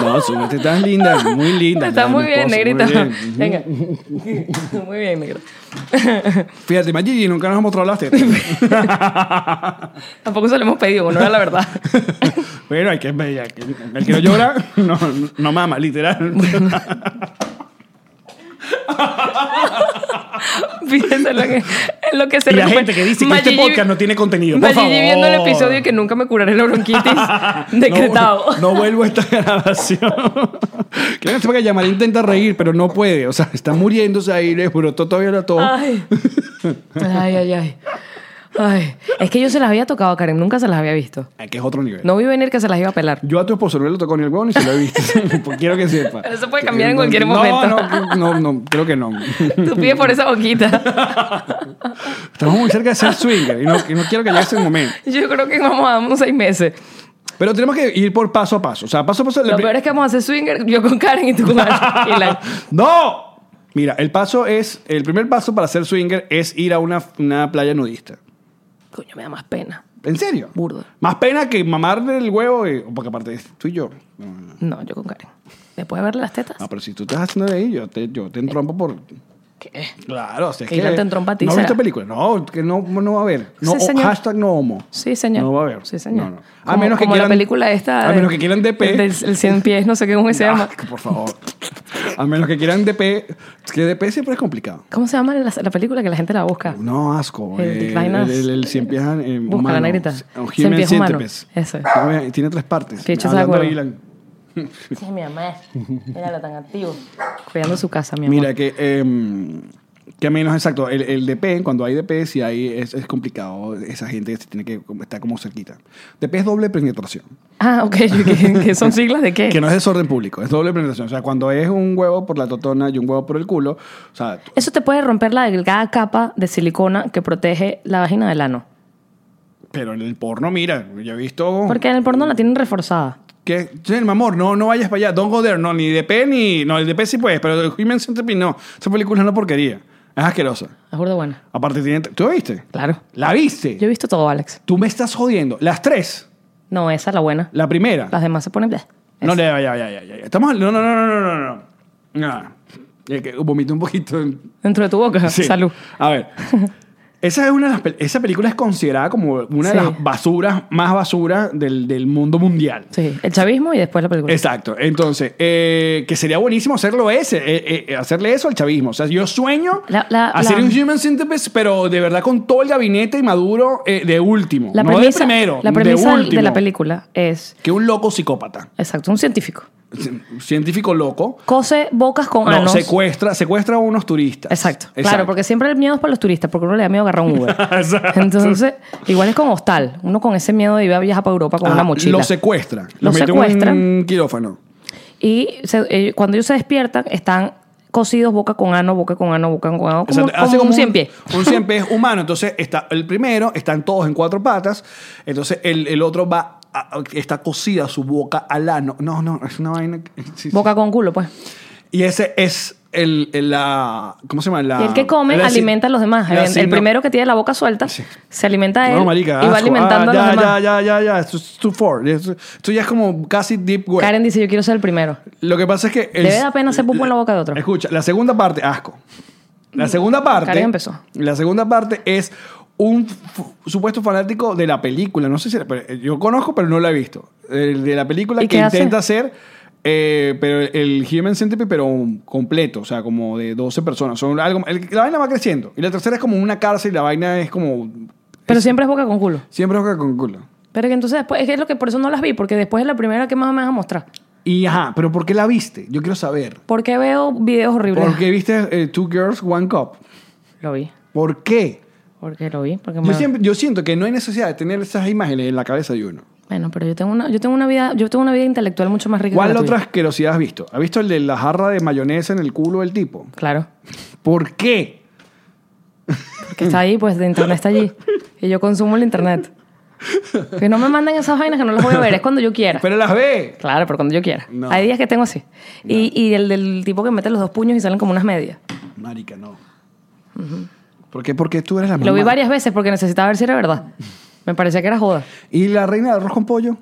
C: No, son unas tetas lindas, muy lindas.
B: Está
C: ya, mi
B: muy bien,
C: esposo,
B: negrita.
C: muy bien.
B: Venga. <laughs> Muy bien, negra.
C: Fíjate, Maggi nunca nos ha mostrado las tetas.
B: <laughs> Tampoco se lo hemos pedido, bueno, era la verdad.
C: Pero hay que bella. El que no llora, no, no
B: <laughs>
C: mama, literal.
B: <laughs> Fíjense en lo que, en lo que se
C: y la
B: recupera.
C: gente que dice que este
B: Mayigi-
C: podcast no tiene contenido. Por
B: Mayigi
C: favor.
B: viendo el episodio y que nunca me curaré la
C: <laughs>
B: bronquitis. Decretado.
C: No, no vuelvo a esta grabación. Claro, es porque llamar intenta reír, pero no puede. O sea, está muriéndose ahí, le brotó todavía la tos.
B: Ay. Ay, ay, ay. Ay. Es que yo se las había tocado a Karen, nunca se las había visto.
C: Ay, eh, Que es otro nivel.
B: No vi venir que se las iba a pelar.
C: Yo a tu esposo no le tocó ni el huevo ni se lo he visto. <laughs> Pues quiero que sepa.
B: Pero eso puede cambiar en
C: No,
B: cualquier
C: no,
B: momento.
C: No, no, no, creo que no.
B: Tu pie por esa boquita.
C: <laughs> Estamos muy cerca de ser swinger y no, y no quiero que llegue ese momento.
B: Yo creo que vamos a dar unos seis meses.
C: Pero tenemos que ir por paso a paso. O sea, paso a paso. el
B: Lo
C: pri-
B: peor es que vamos a hacer swinger yo con Karen y tú
C: <laughs>
B: con Alan. Y la-
C: ¡No! Mira, el paso es. El primer paso para ser swinger es ir a una, una playa nudista.
B: Coño, me da más pena.
C: ¿En serio?
B: Burda.
C: Más pena que mamarle el huevo, eh, porque aparte es tú y yo. No,
B: Ah,
C: no, no.
B: No, yo con Karen. Después de verle las tetas.
C: No, pero si tú estás haciendo de ahí, yo te, yo te entrompo por.
B: ¿Qué?
C: Claro, o sea,
B: Que Irán te entró en
C: ¿No
B: patiza.
C: viste película? No, que no, no va a haber. No,
B: Sí,
C: o-
B: señor.
C: Hashtag no homo.
B: Sí, señor.
C: No va a haber.
B: Sí, señor.
C: No, no. A
B: Como-
C: menos que
B: como
C: quieran.
B: la película esta.
C: A
B: de-
C: menos que quieran DP.
B: Del, el 100 pies, no sé qué
C: <laughs>
B: cómo se
C: Ah,
B: llama.
C: que por favor. A menos que quieran DP. Es que DP siempre es complicado.
B: ¿Cómo se llama la, la película que la gente la busca?
C: No, asco.
B: El
C: eh,
B: Dick Vainas.
C: El, el, el cien pies, eh,
B: Busca
C: humano.
B: la negrita.
C: Un
B: Cien
C: human
B: pies humano.
C: centipede.
B: Eso es.
C: No, eh, Tiene tres partes.
B: Que de hecho se
C: Hablando de
B: acuerda.
C: Ilan.
B: Sí, mi mamá. Míralo tan activo. Cuidando su casa, mi amor.
C: Mira, que, eh, que menos exacto. El, el DP, cuando hay DP, si hay, es, es complicado. Esa gente se tiene que estar como cerquita. DP es doble penetración.
B: Ah, ok. <laughs> yo- ¿Que, que son siglas de qué?
C: Que no es desorden público, es doble penetración. O sea, cuando es un huevo por la totona y un huevo por el culo, o sea,
B: Eso te puede romper la delgada capa de silicona que protege la vagina del ano.
C: pero en el porno, mira, yo he visto.
B: Porque en el porno la tienen reforzada.
C: Que, sí, mi amor, no, no vayas para allá, don't go there, no, ni DP ni. No, el DP sí puedes, pero el Human Centipede no. Esa película es una porquería, es asquerosa.
B: La juro de buena.
C: Aparte, tiene. ¿Tú la viste?
B: Claro.
C: ¿La viste?
B: Yo he visto todo, Alex.
C: Tú me estás jodiendo. Las tres,
B: No, esa es la buena.
C: la primera.
B: Las demás se ponen... bleh.
C: No, ya, ya, ya, ya, ya. Estamos. No, no, no, no, no, no. No. no. Ya que vomité un poquito. en-
B: Dentro de tu boca.
C: Sí.
B: Salud.
C: A
B: <laughs>
C: ver. Esa, es una de las pel- esa película es considerada como una de
B: Sí.
C: las basuras, más basura del, del mundo mundial.
B: Sí. El chavismo y después la película.
C: Exacto. Entonces, eh, que sería buenísimo hacerlo ese, eh, eh, hacerle eso al chavismo. O sea, yo sueño
B: La- la-
C: hacer
B: la-
C: un Human Centipede, pero de verdad con todo el gabinete y Maduro eh, de último.
B: La
C: no
B: premisa,
C: de primero,
B: la premisa
C: de
B: de,
C: último.
B: la película es,
C: Que un loco psicópata,
B: exacto, un científico.
C: un científico loco,
B: Cose bocas con
C: no,
B: anos.
C: secuestra, secuestra a unos turistas.
B: Exacto. Claro, porque siempre el miedo es para los turistas, porque uno le da miedo agarrar un Uber.
C: <laughs> Exacto.
B: Entonces, igual es con hostal. Uno con ese miedo de ir a viajar para Europa con
C: Ah,
B: una mochila.
C: Lo secuestra.
B: Lo
C: mete en
B: secuestra.
C: un quirófano.
B: Y se- eh, cuando ellos se despiertan, están cosidos boca con ano, boca con ano, boca con ano.
C: O
B: Como,
C: sea,
B: como
C: hace como
B: un cien pies.
C: Un cien pies humano. Entonces, está el primero, están todos en cuatro patas. Entonces, el, el otro va. a- a- está cosida su boca al ano. No, no, es una vaina. que- sí, sí.
B: Boca con culo, pues.
C: Y ese es el, el- la. ¿Cómo se llama? La-
B: y el que come
C: la-
B: alimenta a los demás.
C: la
B: El, el
C: sino-
B: primero que tiene la boca suelta
C: Sí.
B: se alimenta a él
C: No, marica.
B: y va
C: asco.
B: alimentando
C: Ah,
B: a
C: ya,
B: los demás.
C: ya, ya, ya, ya. Esto es too far. Esto, esto ya es como casi deep web.
B: Karen dice, yo quiero ser el primero.
C: Lo que pasa es que. el-
B: Debe dar pena hacer pupo en la boca de otro.
C: Escucha, la segunda parte, asco. La segunda parte.
B: Karen empezó.
C: La segunda parte es un f- supuesto fanático de la película. No sé si. era- pero, eh, yo conozco, pero no la he visto. El de la película
B: ¿Y
C: que
B: qué hace?
C: intenta hacer. eh, pero el Human Centipede, pero completo, o sea, como de 12 personas. Son algo, el- la vaina va creciendo. Y la tercera es como una cárcel y la vaina es como.
B: Pero siempre es boca con culo.
C: Siempre juega con culo.
B: Pero que entonces después, es que es lo que por eso no las vi, porque después es la primera que más me vas a mostrar.
C: Y ajá, pero ¿por qué la viste? Yo quiero saber.
B: ¿Por qué veo videos horribles?
C: ¿Por qué viste eh, Two Girls, One Cup?
B: Lo vi.
C: ¿Por qué?
B: Porque lo vi. Porque
C: Yo,
B: me-
C: siempre, yo siento que no hay necesidad de tener esas imágenes en la cabeza de uno.
B: Bueno, pero yo tengo una, yo tengo una vida, yo tengo una vida intelectual mucho más rica que
C: ¿Cuál
B: la tuya.
C: otra asquerosidad has visto? ¿Has visto el de la jarra de mayonesa en el culo del tipo?
B: Claro.
C: ¿Por qué?
B: Porque está ahí, pues de internet está allí. Y yo consumo el internet. Que no me manden esas vainas que no las voy a ver, es cuando yo quiera.
C: Pero las ve.
B: Claro, pero cuando yo quiera.
C: No.
B: Hay días que tengo así. Y, y el del tipo que mete los dos puños y salen como unas medias.
C: Marica, no. ¿Por qué? Porque tú eres la mamá.
B: Lo vi varias veces porque necesitaba ver si era verdad. Me parecía que era joda.
C: ¿Y la reina del arroz con pollo?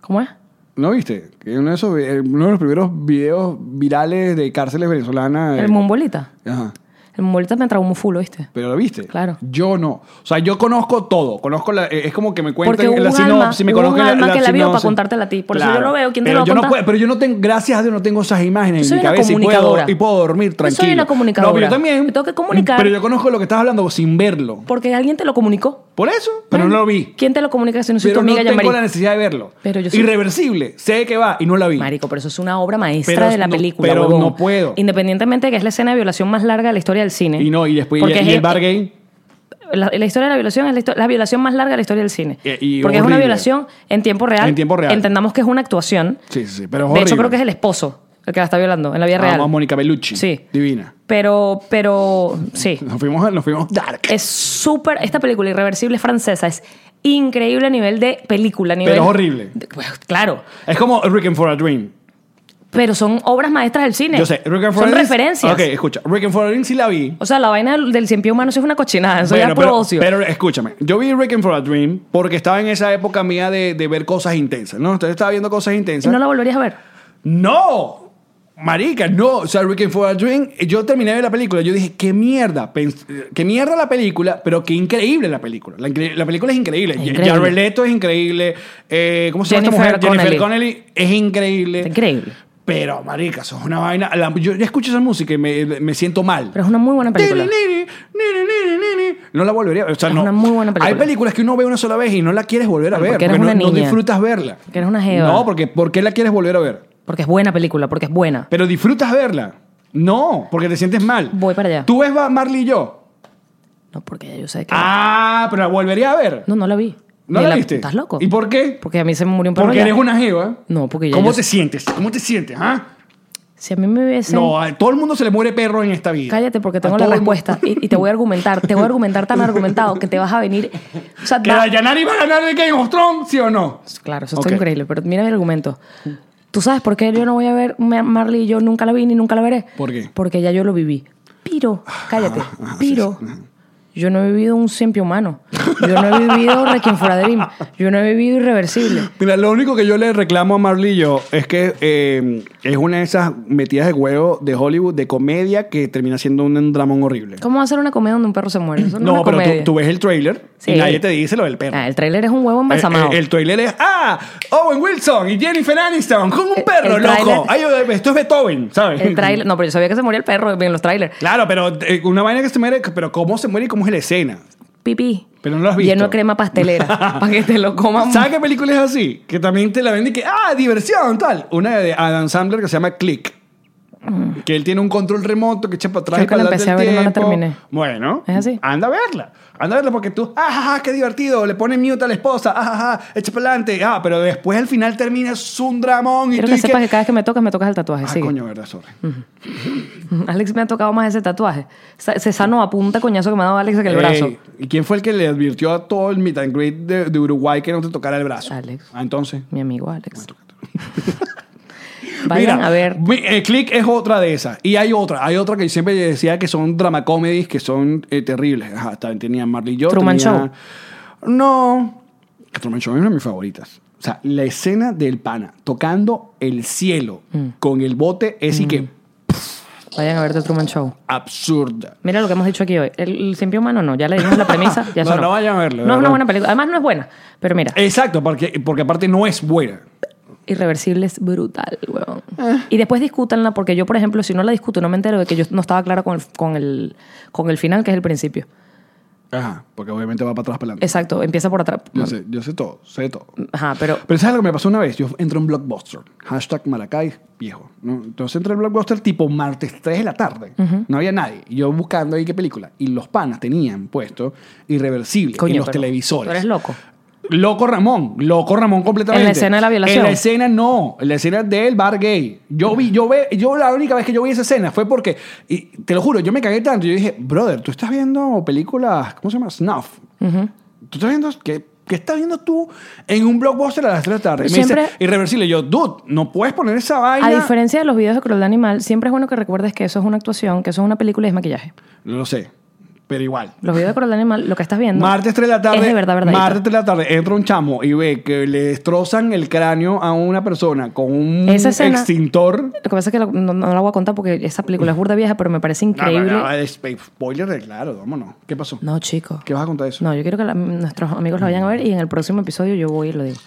B: ¿Cómo es?
C: ¿No viste? Que uno de, esos, vi- eh, uno de los primeros videos virales de cárceles venezolanas. eh,
B: El mumbolita.
C: Ajá.
B: El mumbolita me traumó full, ¿viste?
C: Pero lo viste.
B: Claro.
C: Yo no. O sea, yo conozco todo. Conozco la, eh, es como que me
B: Porque
C: cuentan
B: hubo
C: la
B: un
C: sinopsis,
B: alma-
C: me
B: hubo
C: conozco
B: un
C: la,
B: alma
C: la
B: que la vio
C: sinopsis.
B: para contártela a ti. Por eso yo lo veo. ¿Quién te
C: pero
B: lo va a
C: yo no
B: contar?
C: puedo- pero yo no tengo, gracias a Dios, no tengo esas
B: Yo
C: imágenes
B: soy
C: en mi
B: una
C: cabeza y puedo,
B: comunicadora.
C: y puedo dormir
B: Yo soy
C: tranquilo.
B: una comunicadora.
C: No, pero yo también.
B: Yo tengo que comunicar.
C: Pero yo conozco lo que estás hablando sin verlo.
B: Porque alguien te lo comunicó.
C: Por eso. Pero no lo vi.
B: ¿Quién te lo comunica si no soy
C: Pero
B: tu
C: no
B: amiga
C: tengo
B: Jean-Marie?
C: la necesidad de verlo.
B: Pero yo soy-
C: Irreversible. Sé que va y no la vi.
B: Marico, pero eso es una obra maestra
C: Pero
B: de la
C: no-
B: película.
C: pero
B: huevón.
C: no puedo.
B: Independientemente de que es la escena de violación más larga de la historia del cine.
C: Y no, y después
B: Porque
C: y,
B: es
C: y el
B: esto-
C: bar gay.
B: La, la historia de la violación es la, histo- la violación más larga de la historia del cine.
C: Y- Eh, y
B: Porque es una
C: horrible.
B: violación en tiempo real.
C: En tiempo real.
B: Entendamos que es una actuación.
C: Sí, sí, sí, pero es
B: de hecho,
C: horrible. Ah,
B: creo que es el esposo el que la está violando en la vida
C: Amo a
B: real.
C: Mónica Bellucci.
B: Sí.
C: Divina.
B: Pero, pero, sí.
C: Nos fuimos, nos fuimos dark.
B: Es súper. Esta película irreversible es francesa. Es increíble a nivel de película. a nivel-
C: Pero es horrible.
B: Claro.
C: Es como Reckon for a Dream.
B: Pero son obras maestras del cine.
C: Yo sé, Reckon for
B: Son
C: a Dream.
B: referencias.
C: Ok, escucha. Reckon for a Dream sí la vi.
B: O sea, la vaina del, del cien pie humano eso es una cochinada. Eso ya
C: Bueno,
B: es puro
C: pero,
B: ocio.
C: pero escúchame, yo vi Reckon for a Dream porque estaba en esa época mía de, de ver cosas intensas, ¿no? Entonces estaba viendo cosas
B: ¿Y
C: intensas.
B: no la volverías a ver.
C: ¡No! Marica, no, o sea, Weekend for a Dream, yo terminé de ver la película, yo dije, qué mierda, pens- qué mierda la película, pero qué increíble la película. La, incre- la película es increíble.
B: Es
C: Ya-
B: increíble.
C: Jared Leto es increíble. Eh, ¿Cómo se llama esta
B: Jennifer
C: mujer? Jennifer
B: Connelly.
C: Connelly es increíble.
B: Increíble.
C: Pero, marica, eso es una vaina. La- yo, yo escucho esa música y me, me siento mal.
B: Pero es una muy buena película.
C: Nini, nini, nini, nini, nini. No la volvería a ver. O sea,
B: Es
C: no.
B: una muy buena película.
C: Hay películas que uno ve una sola vez y no la quieres volver a
B: Bueno,
C: ver.
B: porque eres
C: no,
B: una
C: no
B: niña.
C: disfrutas verla.
B: Porque eres una jeva.
C: No, porque ¿por qué la quieres volver a ver?
B: Porque es buena película, porque es buena.
C: Pero disfrutas verla. No, porque te sientes mal.
B: Voy para allá.
C: ¿Tú ves a Marley y yo?
B: No, porque ya yo sé que.
C: Ah, pero la volvería a ver.
B: No, no la vi.
C: ¿No
B: Ni
C: la, viste?
B: ¿Estás loco?
C: ¿Y por qué?
B: Porque a mí se me murió un perro.
C: Porque
B: ya.
C: eres una jeva.
B: No, porque ya
C: ¿Cómo
B: yo-
C: te sientes? ¿Cómo te sientes? ah?
B: Si a mí me hubiesen.
C: No, a todo el mundo se le muere perro en esta vida.
B: Cállate porque
C: A
B: tengo
C: todo
B: la
C: el mundo.
B: respuesta y, y te voy a argumentar, te voy a argumentar tan argumentado que te vas a venir. O
C: <laughs>
B: sea,
C: ¿Que
B: da-
C: Dayanari va a ganar el Game of Thrones, sí o no?
B: Claro, eso está
C: Ok.
B: increíble, pero mira mi argumento. ¿Tú sabes por qué yo no voy a ver Ma- Marley y yo nunca la vi ni nunca la veré?
C: ¿Por qué? Ah,
B: Porque ya yo lo viví. Piro, cállate, Piro. Yo no he vivido un siempre humano. Yo no he vivido Requiem for a Dream. Yo no he vivido Irreversible.
C: Mira, lo único que yo le reclamo a Marley y yo es que eh, es una de esas metidas de huevo de Hollywood de comedia que termina siendo un dramón horrible.
B: ¿Cómo va a ser una comedia donde un perro se muere? Eso no,
C: No,
B: es una
C: pero
B: comedia.
C: tú, tú ves el trailer
B: Sí.
C: y nadie te dice lo del perro.
B: Ah, el tráiler es un huevo embalsamado.
C: Eh, El, el- el trailer es, ah, Owen Wilson y Jennifer Aniston con un
B: El-
C: perro,
B: el
C: loco.
B: tráiler-
C: Ay, esto es Beethoven, ¿sabes?
B: El tráiler- no, pero yo sabía que se moría el perro en los trailers.
C: Claro, pero eh, una vaina que se muere, pero cómo se muere y cómo es la escena.
B: Pipí.
C: Pero no lo has visto.
B: Lleno de crema pastelera.
C: <laughs>
B: para que te lo coman.
C: ¿Sabes qué película es así? Que también te la venden y que, ah, diversión, tal. Una de Adam Sandler que se llama Click. Que él tiene un control remoto que echa para atrás
B: Mm. Creo
C: y
B: que la
C: para adelante
B: empecé
C: el
B: a ver y no la
C: tiempo.
B: terminé.
C: Bueno,
B: ¿Es así?
C: anda a verla. Anda a verla porque tú, ah, ja, ja, qué divertido, le pone mute a la esposa, ah, ja, ja, echa para adelante, ah, pero después al final termina es un dramón y
B: Quiero
C: tú
B: que
C: y que-
B: sepas que... cada vez que me tocas, me tocas el tatuaje.
C: Ah,
B: sigue. Mm.
C: coño, verdad, sorry.
B: <laughs> Alex me ha tocado más ese tatuaje. Sa- Se sano a punta coñazo que me ha dado Alex en el brazo.
C: Ey, ¿Y quién fue el que le advirtió a todo el meet and greet de, de Uruguay que no te tocara el brazo?
B: Alex.
C: Ah, entonces.
B: Mi amigo Alex. <laughs> Vayan
C: Mira,
B: a ver.
C: mi- eh, Click es otra de esas. Y hay otra. Hay otra que siempre decía que son drama comedies que son eh, terribles. Ajá, también tenía Marley y yo.
B: Truman
C: tenía- No. Que Truman Show es una de mis favoritas. O sea, la escena del pana tocando el cielo
B: Mm.
C: con el bote es y que
B: Vayan a ver The Truman Show.
C: absurda.
B: Mira lo que hemos dicho aquí hoy. El, el siempre humano no. Ya le dimos la premisa. Ya
C: <laughs> No,
B: eso
C: no vayan a verlo, de
B: No es
C: verdad. Eh.
B: una buena película. Además, no es buena. Pero mira,
C: Exacto, porque, porque aparte no es buena.
B: Irreversible es brutal, weón.
C: Eh.
B: Y después discútanla, porque yo, por ejemplo, si no la discuto, no me entero de que yo no estaba clara con el, con el, con el final, que es el principio.
C: Ajá, porque obviamente va para atrás para adelante.
B: Exacto. Empieza por atrás.
C: Yo sé, yo sé todo, sé todo.
B: Ajá, pero.
C: Pero ¿sabes lo que me pasó una vez? Yo entré en Blockbuster, hashtag Maracay viejo. ¿no? Entonces entré en Blockbuster tipo martes 3 de la tarde. No había nadie. Y yo buscando ahí qué película. Y los panas tenían puesto irreversible
B: Coño,
C: en los
B: pero
C: televisores.
B: tú eres loco.
C: Loco Ramón, loco Ramón completamente.
B: ¿En la escena de la violación?
C: En la escena no, en la escena del bar gay. Yo vi, yo ve, yo la única vez que yo vi esa escena fue porque, y te lo juro, yo me cagué tanto. Yo dije, brother, tú estás viendo películas, ¿cómo se llama? Snuff. ¿Tú estás viendo qué, qué estás viendo tú en un blockbuster a las 3 de la tarde?
B: Pero
C: Me dice,
B: siempre-
C: irreversible. Yo, dude, no puedes poner esa vaina.
B: A diferencia de los videos de crueldad animal, siempre es bueno que recuerdes que eso es una actuación, que eso es una película y es maquillaje.
C: Lo sé, pero igual.
B: Los videos de crueldad animal, lo que estás viendo.
C: Martes 3 de la tarde.
B: Es de verdad, verdad.
C: Martes 3 de la tarde entra un chamo y ve que le destrozan el cráneo a una persona con un
B: Esa escena-
C: extintor.
B: Lo que pasa es que la- no, no la voy a contar porque esa película es burda vieja, pero me parece increíble.
C: No, no, no, es- eh, spoiler, de- claro, vámonos. ¿Qué pasó?
B: No, chico.
C: ¿Qué vas a contar de eso?
B: No, yo quiero que la- nuestros amigos la vayan a ver y en el próximo episodio yo voy y lo digo.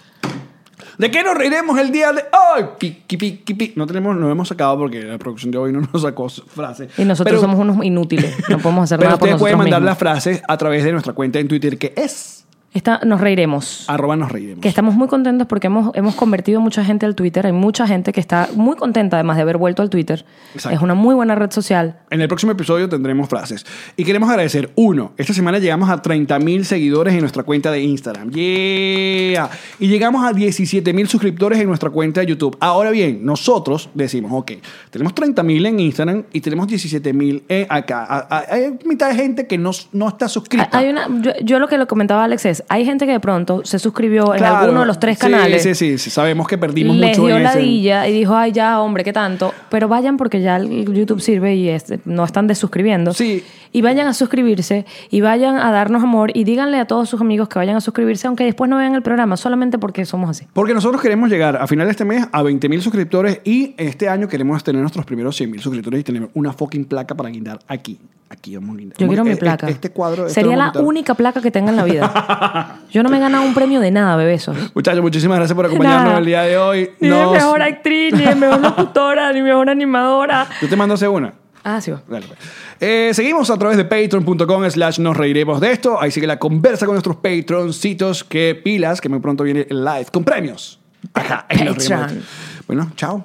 C: ¿De qué nos reiremos el día de hoy? Piqui, piqui, piqui. No tenemos, no hemos sacado porque la producción de hoy no nos sacó s- frases.
B: Y nosotros
C: Pero-
B: somos unos inútiles. No podemos hacer
C: <laughs> pero
B: nada por
C: ustedes
B: nosotros
C: pueden mandar las
B: mismos.
C: frases a través de nuestra cuenta en Twitter que es
B: Esta, nos reiremos.
C: arroba nos reiremos.
B: Que estamos muy contentos porque hemos, hemos convertido mucha gente al Twitter. Hay mucha gente que está muy contenta además de haber vuelto al Twitter.
C: Exacto.
B: Es una muy buena red social.
C: En el próximo episodio tendremos frases. Y queremos agradecer, uno, esta semana llegamos a 30.000 seguidores en nuestra cuenta de Instagram. ¡Yeah! Y llegamos a 17.000 suscriptores en nuestra cuenta de YouTube. Ahora bien, nosotros decimos, ok, tenemos 30.000 en Instagram y tenemos eh, 17.000 en acá. A- a- Hay mitad de gente que no, no está suscrita.
B: Hay una, yo, yo lo que le comentaba a Alex es, hay gente que de pronto se suscribió en
C: Claro.
B: alguno de los tres
C: Sí,
B: canales.
C: Sí, sí, sí. Sabemos que perdimos
B: les
C: mucho
B: dio
C: en ese.
B: ladilla y dijo, ay, ya, hombre, qué tanto. Pero vayan porque ya el YouTube sirve y este, no están desuscribiendo.
C: Sí.
B: Y vayan a suscribirse y vayan a darnos amor y díganle a todos sus amigos que vayan a suscribirse, aunque después no vean el programa, solamente porque somos así.
C: Porque nosotros queremos llegar a final de este mes a 20.000 suscriptores y este año queremos tener nuestros primeros 100.000 suscriptores y tener una fucking placa para guindar aquí. Aquí vamos a guindar.
B: Yo
C: Vamos-
B: quiero
C: e-
B: mi
C: e-
B: placa.
C: Este cuadro. esto
B: Sería
C: lo
B: la
C: vamos a quitar.
B: única placa que tenga en la vida. Yo no me he ganado un premio de nada, bebesos.
C: Muchachos, muchísimas gracias por acompañarnos
B: Nada.
C: el día
B: <laughs>
C: de hoy.
B: Ni de
C: Nos-
B: mejor actriz, ni de mejor locutora, ni mejor animadora.
C: Yo te mando a hacer una.
B: Ah, sí. va.
C: Dale, pues. Eh, seguimos a través de patreon.com slash nos reiremos de esto. Ahí sigue la conversa con nuestros patroncitos que pilas, que muy pronto viene el live con premios. Ajá, en Nos Reiremos de Esto. Bueno, chao.